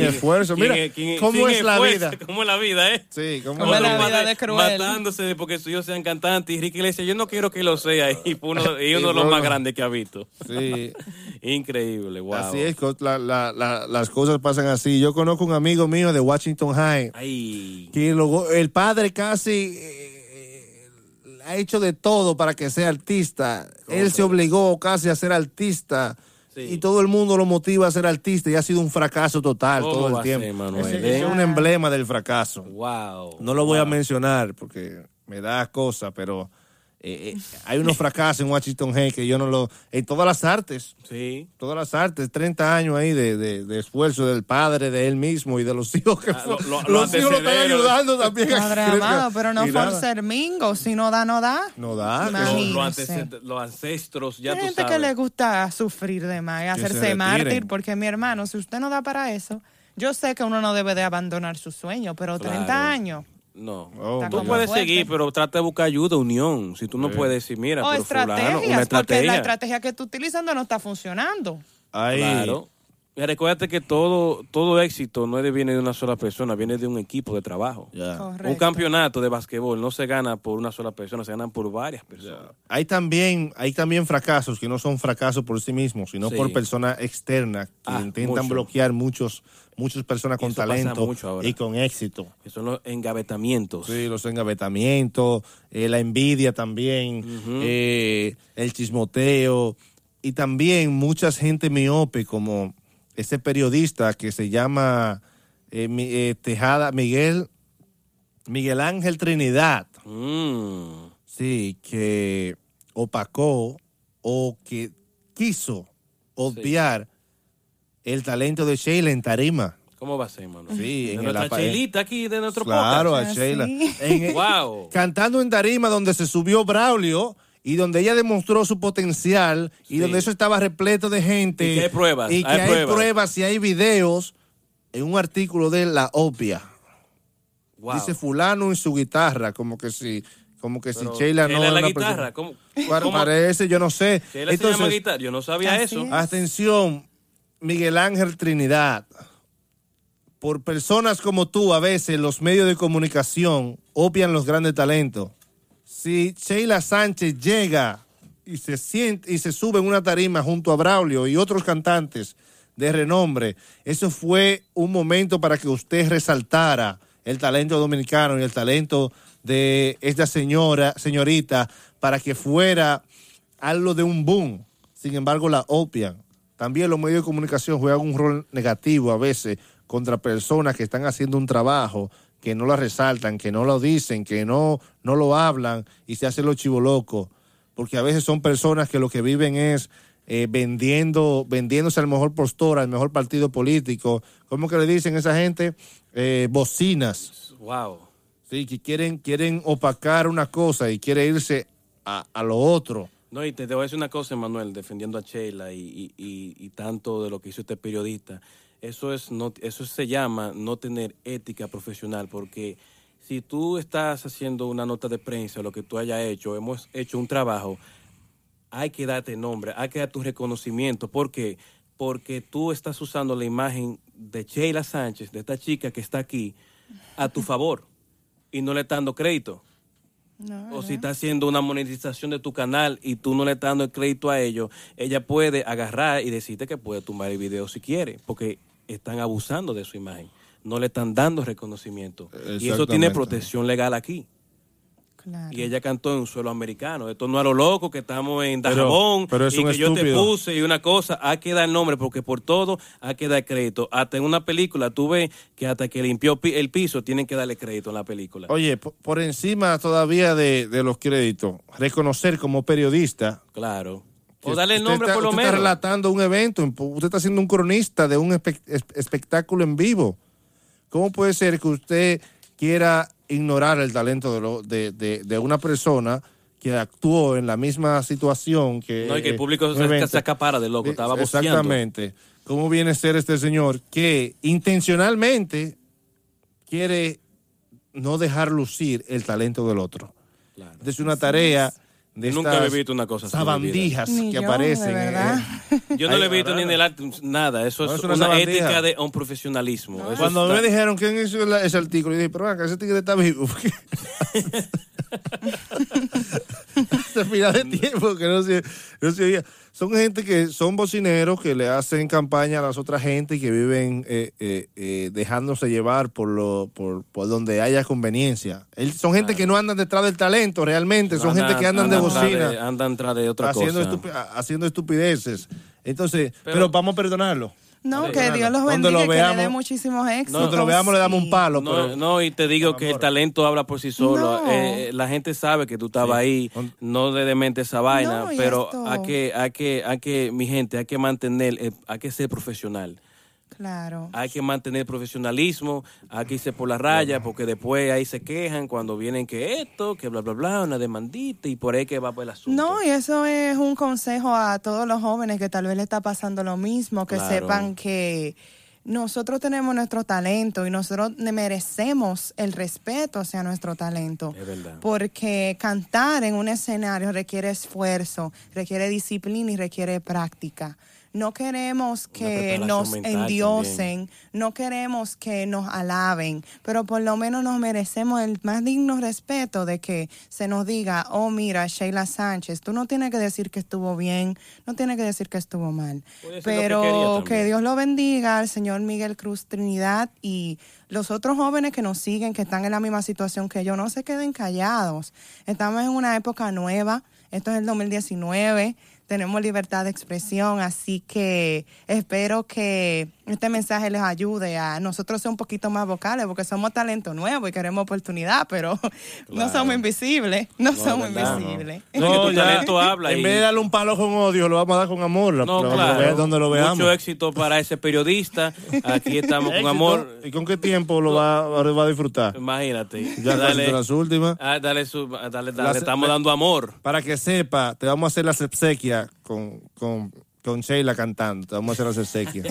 B: esfuerzo.
A: ¿Quién
B: Mira,
A: es- quién es-
B: ¿cómo
A: sin
B: es la
A: esfuerzo?
B: vida?
A: ¿Cómo es la vida, eh?
B: Sí, ¿cómo,
C: ¿Cómo
B: es
C: la
B: la
A: Otros
C: vida?
B: vida?
A: mata-
C: de cruel.
A: Matándose de porque sus hijos sean cantantes. Y Ricky Iglesias, yo no quiero que lo sea. Y fue uno, y uno de los
B: bueno.
A: más grandes que ha visto.
B: Sí.
A: Increíble, wow.
B: Así es, co- la- la- la- las cosas pasan así. Yo conozco un amigo mío de Washington High
A: Ay,
B: que lo- el padre casi eh, eh, ha hecho de todo para que sea artista. Él se obligó casi a ser artista
A: Sí.
B: y todo el mundo lo motiva a ser artista y ha sido un fracaso total
A: ¿Cómo
B: todo
A: va
B: el
A: a ser,
B: tiempo.
A: Manuel,
B: Ese-
A: eh?
B: ese es un emblema del fracaso.
A: wow.
B: No lo voy a mencionar porque me da cosa, pero eh, eh, hay unos fracasos en Washington High que yo no lo... En todas las artes
A: Sí.
B: todas las artes, 30 años ahí de, de- de esfuerzo del padre, de él mismo y de los hijos que
A: Ah, lo-
B: fue-
A: lo- lo
B: los hijos lo están
A: antecedieron.
B: ayudando también. a
C: Padre
B: crecer.
C: amado, pero no
B: Y nada,
C: forcer mingo, si no da, no da.
B: No
A: Los-
B: da.
C: Imagínense.
A: los, antece- los ancestros, ya
C: Hay
A: tú
C: gente
A: sabes.
C: que le gusta sufrir de más y
B: se
C: hacerse
B: retiren.
C: mártir, porque mi hermano, si usted no da para eso, yo sé que uno no debe de abandonar su sueño, pero
A: Claro.
C: 30 años
A: No.
B: Oh,
C: Está
A: Tú
C: como
A: puedes
C: fuerte.
A: seguir, pero trata de buscar ayuda, unión. Si tú no puedes decir, mira,
C: o
A: pero
C: estrategias,
A: fulano, una
C: porque la
A: estrategia.
C: estrategia que tú utilizando no está funcionando.
B: Ahí.
A: Claro. Y Recuérdate que todo, todo éxito no es de- viene de una sola persona, viene de un equipo de trabajo.
B: Ya.
C: Correcto.
A: Un campeonato de basquetbol no se gana por una sola persona, se ganan por varias personas.
B: Hay también, hay también fracasos que no son fracasos por sí mismos, sino
A: Sí.
B: por personas externas que
A: Ah,
B: intentan
A: mucho.
B: bloquear muchos, muchas personas con
A: Eso pasa
B: talento
A: mucho ahora.
B: y con éxito.
A: Que son los engavetamientos.
B: Sí, los engavetamientos, eh, la envidia también, eh, el chismoteo y también mucha gente miope como ese periodista que se llama eh, Mi- eh, Tejada Miguel Miguel Ángel Trinidad,
A: Mm.
B: sí, que opacó o que quiso obviar el talento de Sheila en tarima.
A: ¿Cómo va a ser, Manuel?
B: Sí,
A: De
B: en el
A: nuestra
B: apa-
A: chelita aquí de nuestro
B: Claro,
A: podcast.
B: a Sheila.
C: sí.
B: En-
A: Wow.
B: cantando en tarima donde se subió Braulio y donde ella demostró su potencial y
A: Sí.
B: donde eso estaba repleto de gente.
A: Y que hay pruebas,
B: Y que
A: hay
B: hay,
A: pruebas.
B: pruebas. y hay videos en un artículo de La Opia.
A: Wow.
B: Dice fulano en su guitarra, como que si, como que
A: Pero
B: si Sheila
A: Sheila
B: no
A: pues,
B: es
A: la
B: una
A: guitarra.
B: persona-
A: ¿Cómo?
B: Pa-
A: ¿Cómo?
B: Parece, yo no sé.
A: Sheila se llama
B: Entonces,
A: guitarra. Yo no sabía
C: Así
A: eso.
C: es.
B: atención, Miguel Ángel Trinidad. Por personas como tú, a veces los medios de comunicación obvian los grandes talentos. Si Sheila Sánchez llega y se siente y se sube en una tarima junto a Braulio y otros cantantes de renombre, eso fue un momento para que usted resaltara el talento dominicano y el talento de esta señora, señorita, para que fuera algo de un boom. Sin embargo, la opian. También los medios de comunicación juegan un rol negativo a veces contra personas que están haciendo un trabajo que no la resaltan, que no lo dicen, que no, no lo hablan y se hacen los chivolocos. Porque a veces son personas que lo que viven es eh, vendiendo, vendiéndose al mejor postor, al mejor partido político. ¿Cómo que le dicen a esa gente? Eh, bocinas.
A: Wow.
B: Sí, que quieren, quieren opacar una cosa y quiere irse a, a lo otro.
A: No, y te, te voy a decir una cosa, Manuel, defendiendo a Sheila y, y- y- y tanto de lo que hizo este periodista. Eso es no, eso se llama no tener ética profesional, porque si tú estás haciendo una nota de prensa, lo que tú hayas hecho, hemos hecho un trabajo, hay que darte nombre, hay que darte un reconocimiento, porque porque tú estás usando la imagen de Sheila Sánchez, de esta chica que está aquí, a tu favor y no le estás dando crédito.
C: No,
A: O
C: ¿verdad?
A: si está haciendo una monetización de tu canal y tú no le estás dando el crédito a ellos, ella puede agarrar y decirte que puede tumbar el video si quiere, porque están abusando de su imagen. No le están dando reconocimiento. Y eso tiene
D: Exactamente.
A: protección legal aquí.
C: Claro.
A: Y ella cantó en suelo americano. Esto no a lo loco que estamos en
B: Pero-
A: Dajabón
B: pero es
A: y
B: un
A: que yo te
B: estúpido.
A: puse y una cosa. Hay que dar nombre porque por todo hay que dar crédito. Hasta en una película tú ves que hasta que limpió pi- el piso tienen que darle crédito en la película.
B: Oye, po- por encima todavía de, de los créditos, reconocer como periodista.
A: Claro.
B: que
A: O darle el
B: usted
A: nombre
B: está-
A: por lo
B: usted está
A: menos.
B: relatando un evento, en- usted está siendo un cronista de un espe- es- espectáculo en vivo. ¿Cómo puede ser que usted quiera ignorar el talento de, lo- de- de- de una persona que actuó en la misma situación que...
A: No, y que el
B: eh,
A: público
B: un
A: se,
B: evento?
A: se acapara de loco. Estaba boceando.
B: Eh, Exactamente. ¿Cómo viene a ser este señor que intencionalmente quiere no dejar lucir el talento del otro?
A: Claro.
B: Es una tarea de
A: Nunca
B: estas
A: he visto una cosa así en mi vida.
B: sabandijas
C: Ni
B: que
C: yo,
B: aparecen.
C: de
B: eh,
C: verdad.
B: eh.
A: Yo no
B: Ay,
A: le he visto ni
B: Barana.
A: en el arte nada. Eso
B: No,
A: es
B: es una
A: una,
B: sabandija.
A: ética de un profesionalismo. Eso
B: Cuando
A: está-
B: me dijeron quién hizo la- ese artículo, yo dije, pero acá ese tigre está vivo. porque Hasta el final de tiempo que no se, no se oía. Son gente que son bocineros que le hacen campaña a las otras gente y que viven eh, eh, eh, dejándose llevar por lo por, por donde haya conveniencia. Él- son gente que no andan detrás del talento realmente, son gente que andan de
A: tras
B: bocina
A: de- andan tras de otra
B: haciendo,
A: cosa.
B: estupi- a- haciendo estupideces. Entonces, pero,
A: Pero-
B: vamos a perdonarlo.
C: No,
A: Sí.
C: que Dios los
B: Donde
C: bendiga,
B: lo
C: y que le dé
B: veamos-
C: muchísimos éxitos.
B: Cuando lo veamos le damos un palo. pero-
A: No, no, y te digo que el talento habla por sí solo.
C: No.
A: Eh, la gente sabe que tú estabas ahí, no de demente esa vaina,
C: No, y
A: pero
C: esto-
A: hay que, hay que, hay que, mi gente, hay que mantener, eh, hay que ser profesional.
C: Claro.
A: Hay que mantener profesionalismo, hay que irse por la raya, porque después ahí se quejan cuando vienen que esto, que bla, bla, bla, una demandita y por ahí que va por el asunto.
C: No, y eso es un consejo a todos los jóvenes que tal vez le está pasando lo mismo, que
A: Claro.
C: sepan que nosotros tenemos nuestro talento y nosotros ne- merecemos el respeto hacia nuestro talento.
A: Es verdad.
C: Porque cantar en un escenario requiere esfuerzo, requiere disciplina y requiere práctica. No queremos que
A: preparación
C: nos
A: mental
C: endiosen, no queremos que nos alaben, pero por lo menos nos merecemos el más digno respeto de que se nos diga, oh mira, Sheila Sánchez, tú no tienes que decir que estuvo bien, no tienes que decir que estuvo mal,
A: Puede ser lo que quería
C: pero
A: también.
C: que Dios lo bendiga al señor Miguel Cruz Trinidad y los otros jóvenes que nos siguen, que están en la misma situación que yo, no se queden callados. Estamos en una época nueva, esto es el 2019, tenemos libertad de expresión, así que espero que este mensaje les ayude a nosotros ser un poquito más vocales, porque somos talento nuevo y queremos oportunidad, pero no somos invisibles, no, somos
A: verdad, no.
C: invisibles.
A: No, que tu
B: ya,
A: talento habla
B: En
A: y-
B: vez de darle un palo con odio, lo vamos a dar con amor. la-
A: No,
B: la-
A: claro.
B: la- Donde lo veamos.
A: Mucho éxito para ese periodista. Aquí estamos con
B: Éxito.
A: amor.
B: ¿Y con qué tiempo lo va, va a disfrutar?
A: Imagínate.
B: Ya casi de las últimas.
A: ah, dale su- ah, dale, dale,
B: Las- eh,
A: le estamos
B: la-
A: dando amor.
B: Para que sepa, te vamos a hacer las obsequias con, con, con Sheila cantando. Te vamos a hacer las obsequias.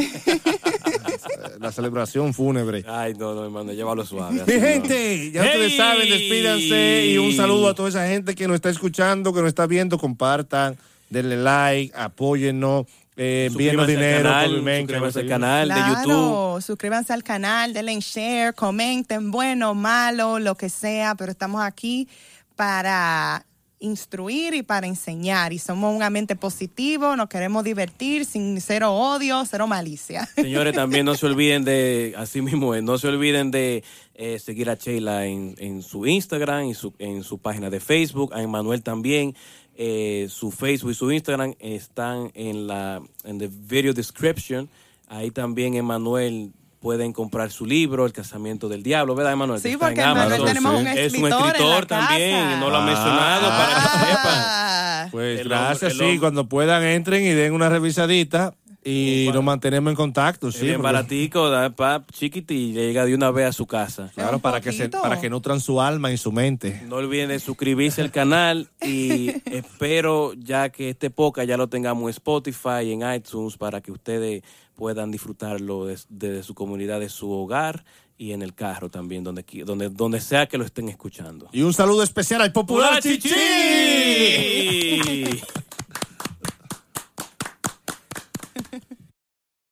B: la celebración fúnebre.
A: Ay, no, no, hermano, llévalo suave.
B: Mi
A: así no.
B: gente, ya ustedes
A: ¡Hey!
B: saben, despídanse y un saludo a toda esa gente que nos está escuchando, que nos está viendo, compartan, denle like, apóyennos, eh, envíennos
A: Suscríbanse al
B: dinero,
A: canal,
B: comenten,
A: suscríbanse al
B: que nos
A: canal de YouTube.
C: Claro, suscríbanse al canal, denle share, comenten, bueno, malo, lo que sea, pero estamos aquí para instruir y para enseñar y somos un ambiente positivo, nos queremos divertir sin cero odio, cero malicia.
A: Señores, también no se olviden de, así mismo, es, no se olviden de eh, seguir a Sheila en, en su Instagram, en su, en su página de Facebook, a Emanuel también. Eh, su Facebook y su Instagram están en la en the video description. Ahí también Emanuel pueden comprar su libro, El casamiento del diablo, ¿verdad, Emanuel?
C: Sí,
A: Que está
C: porque
A: en
C: Emanuel
A: Amazon.
C: tenemos
A: es
C: un
A: un
C: escritor en
A: escritor
C: la
A: también,
C: casa.
A: y no lo ha
B: Ah.
A: mencionado para que sepan.
C: Ah.
B: Pues
A: El
B: gracias,
A: hombre- el
B: sí,
A: hombre-
B: cuando puedan entren y den una revisadita y nos mantenemos en contacto.
A: Es
B: Sí,
A: bien
B: porque-
A: baratico, da pap, chiquito y llega de una vez a su casa.
B: Claro,
C: Un
B: para que, se,
C: poquito.
B: para que nutran su alma y su mente.
A: No olviden suscribirse al canal y espero ya que este podcast ya lo tengamos en Spotify y en iTunes para que ustedes puedan disfrutarlo des- desde su comunidad, de su hogar y en el carro también, donde, qui- donde, donde sea que lo estén escuchando.
B: Y un saludo especial al Popular
A: ¡Popular Chichi!
B: Chichi.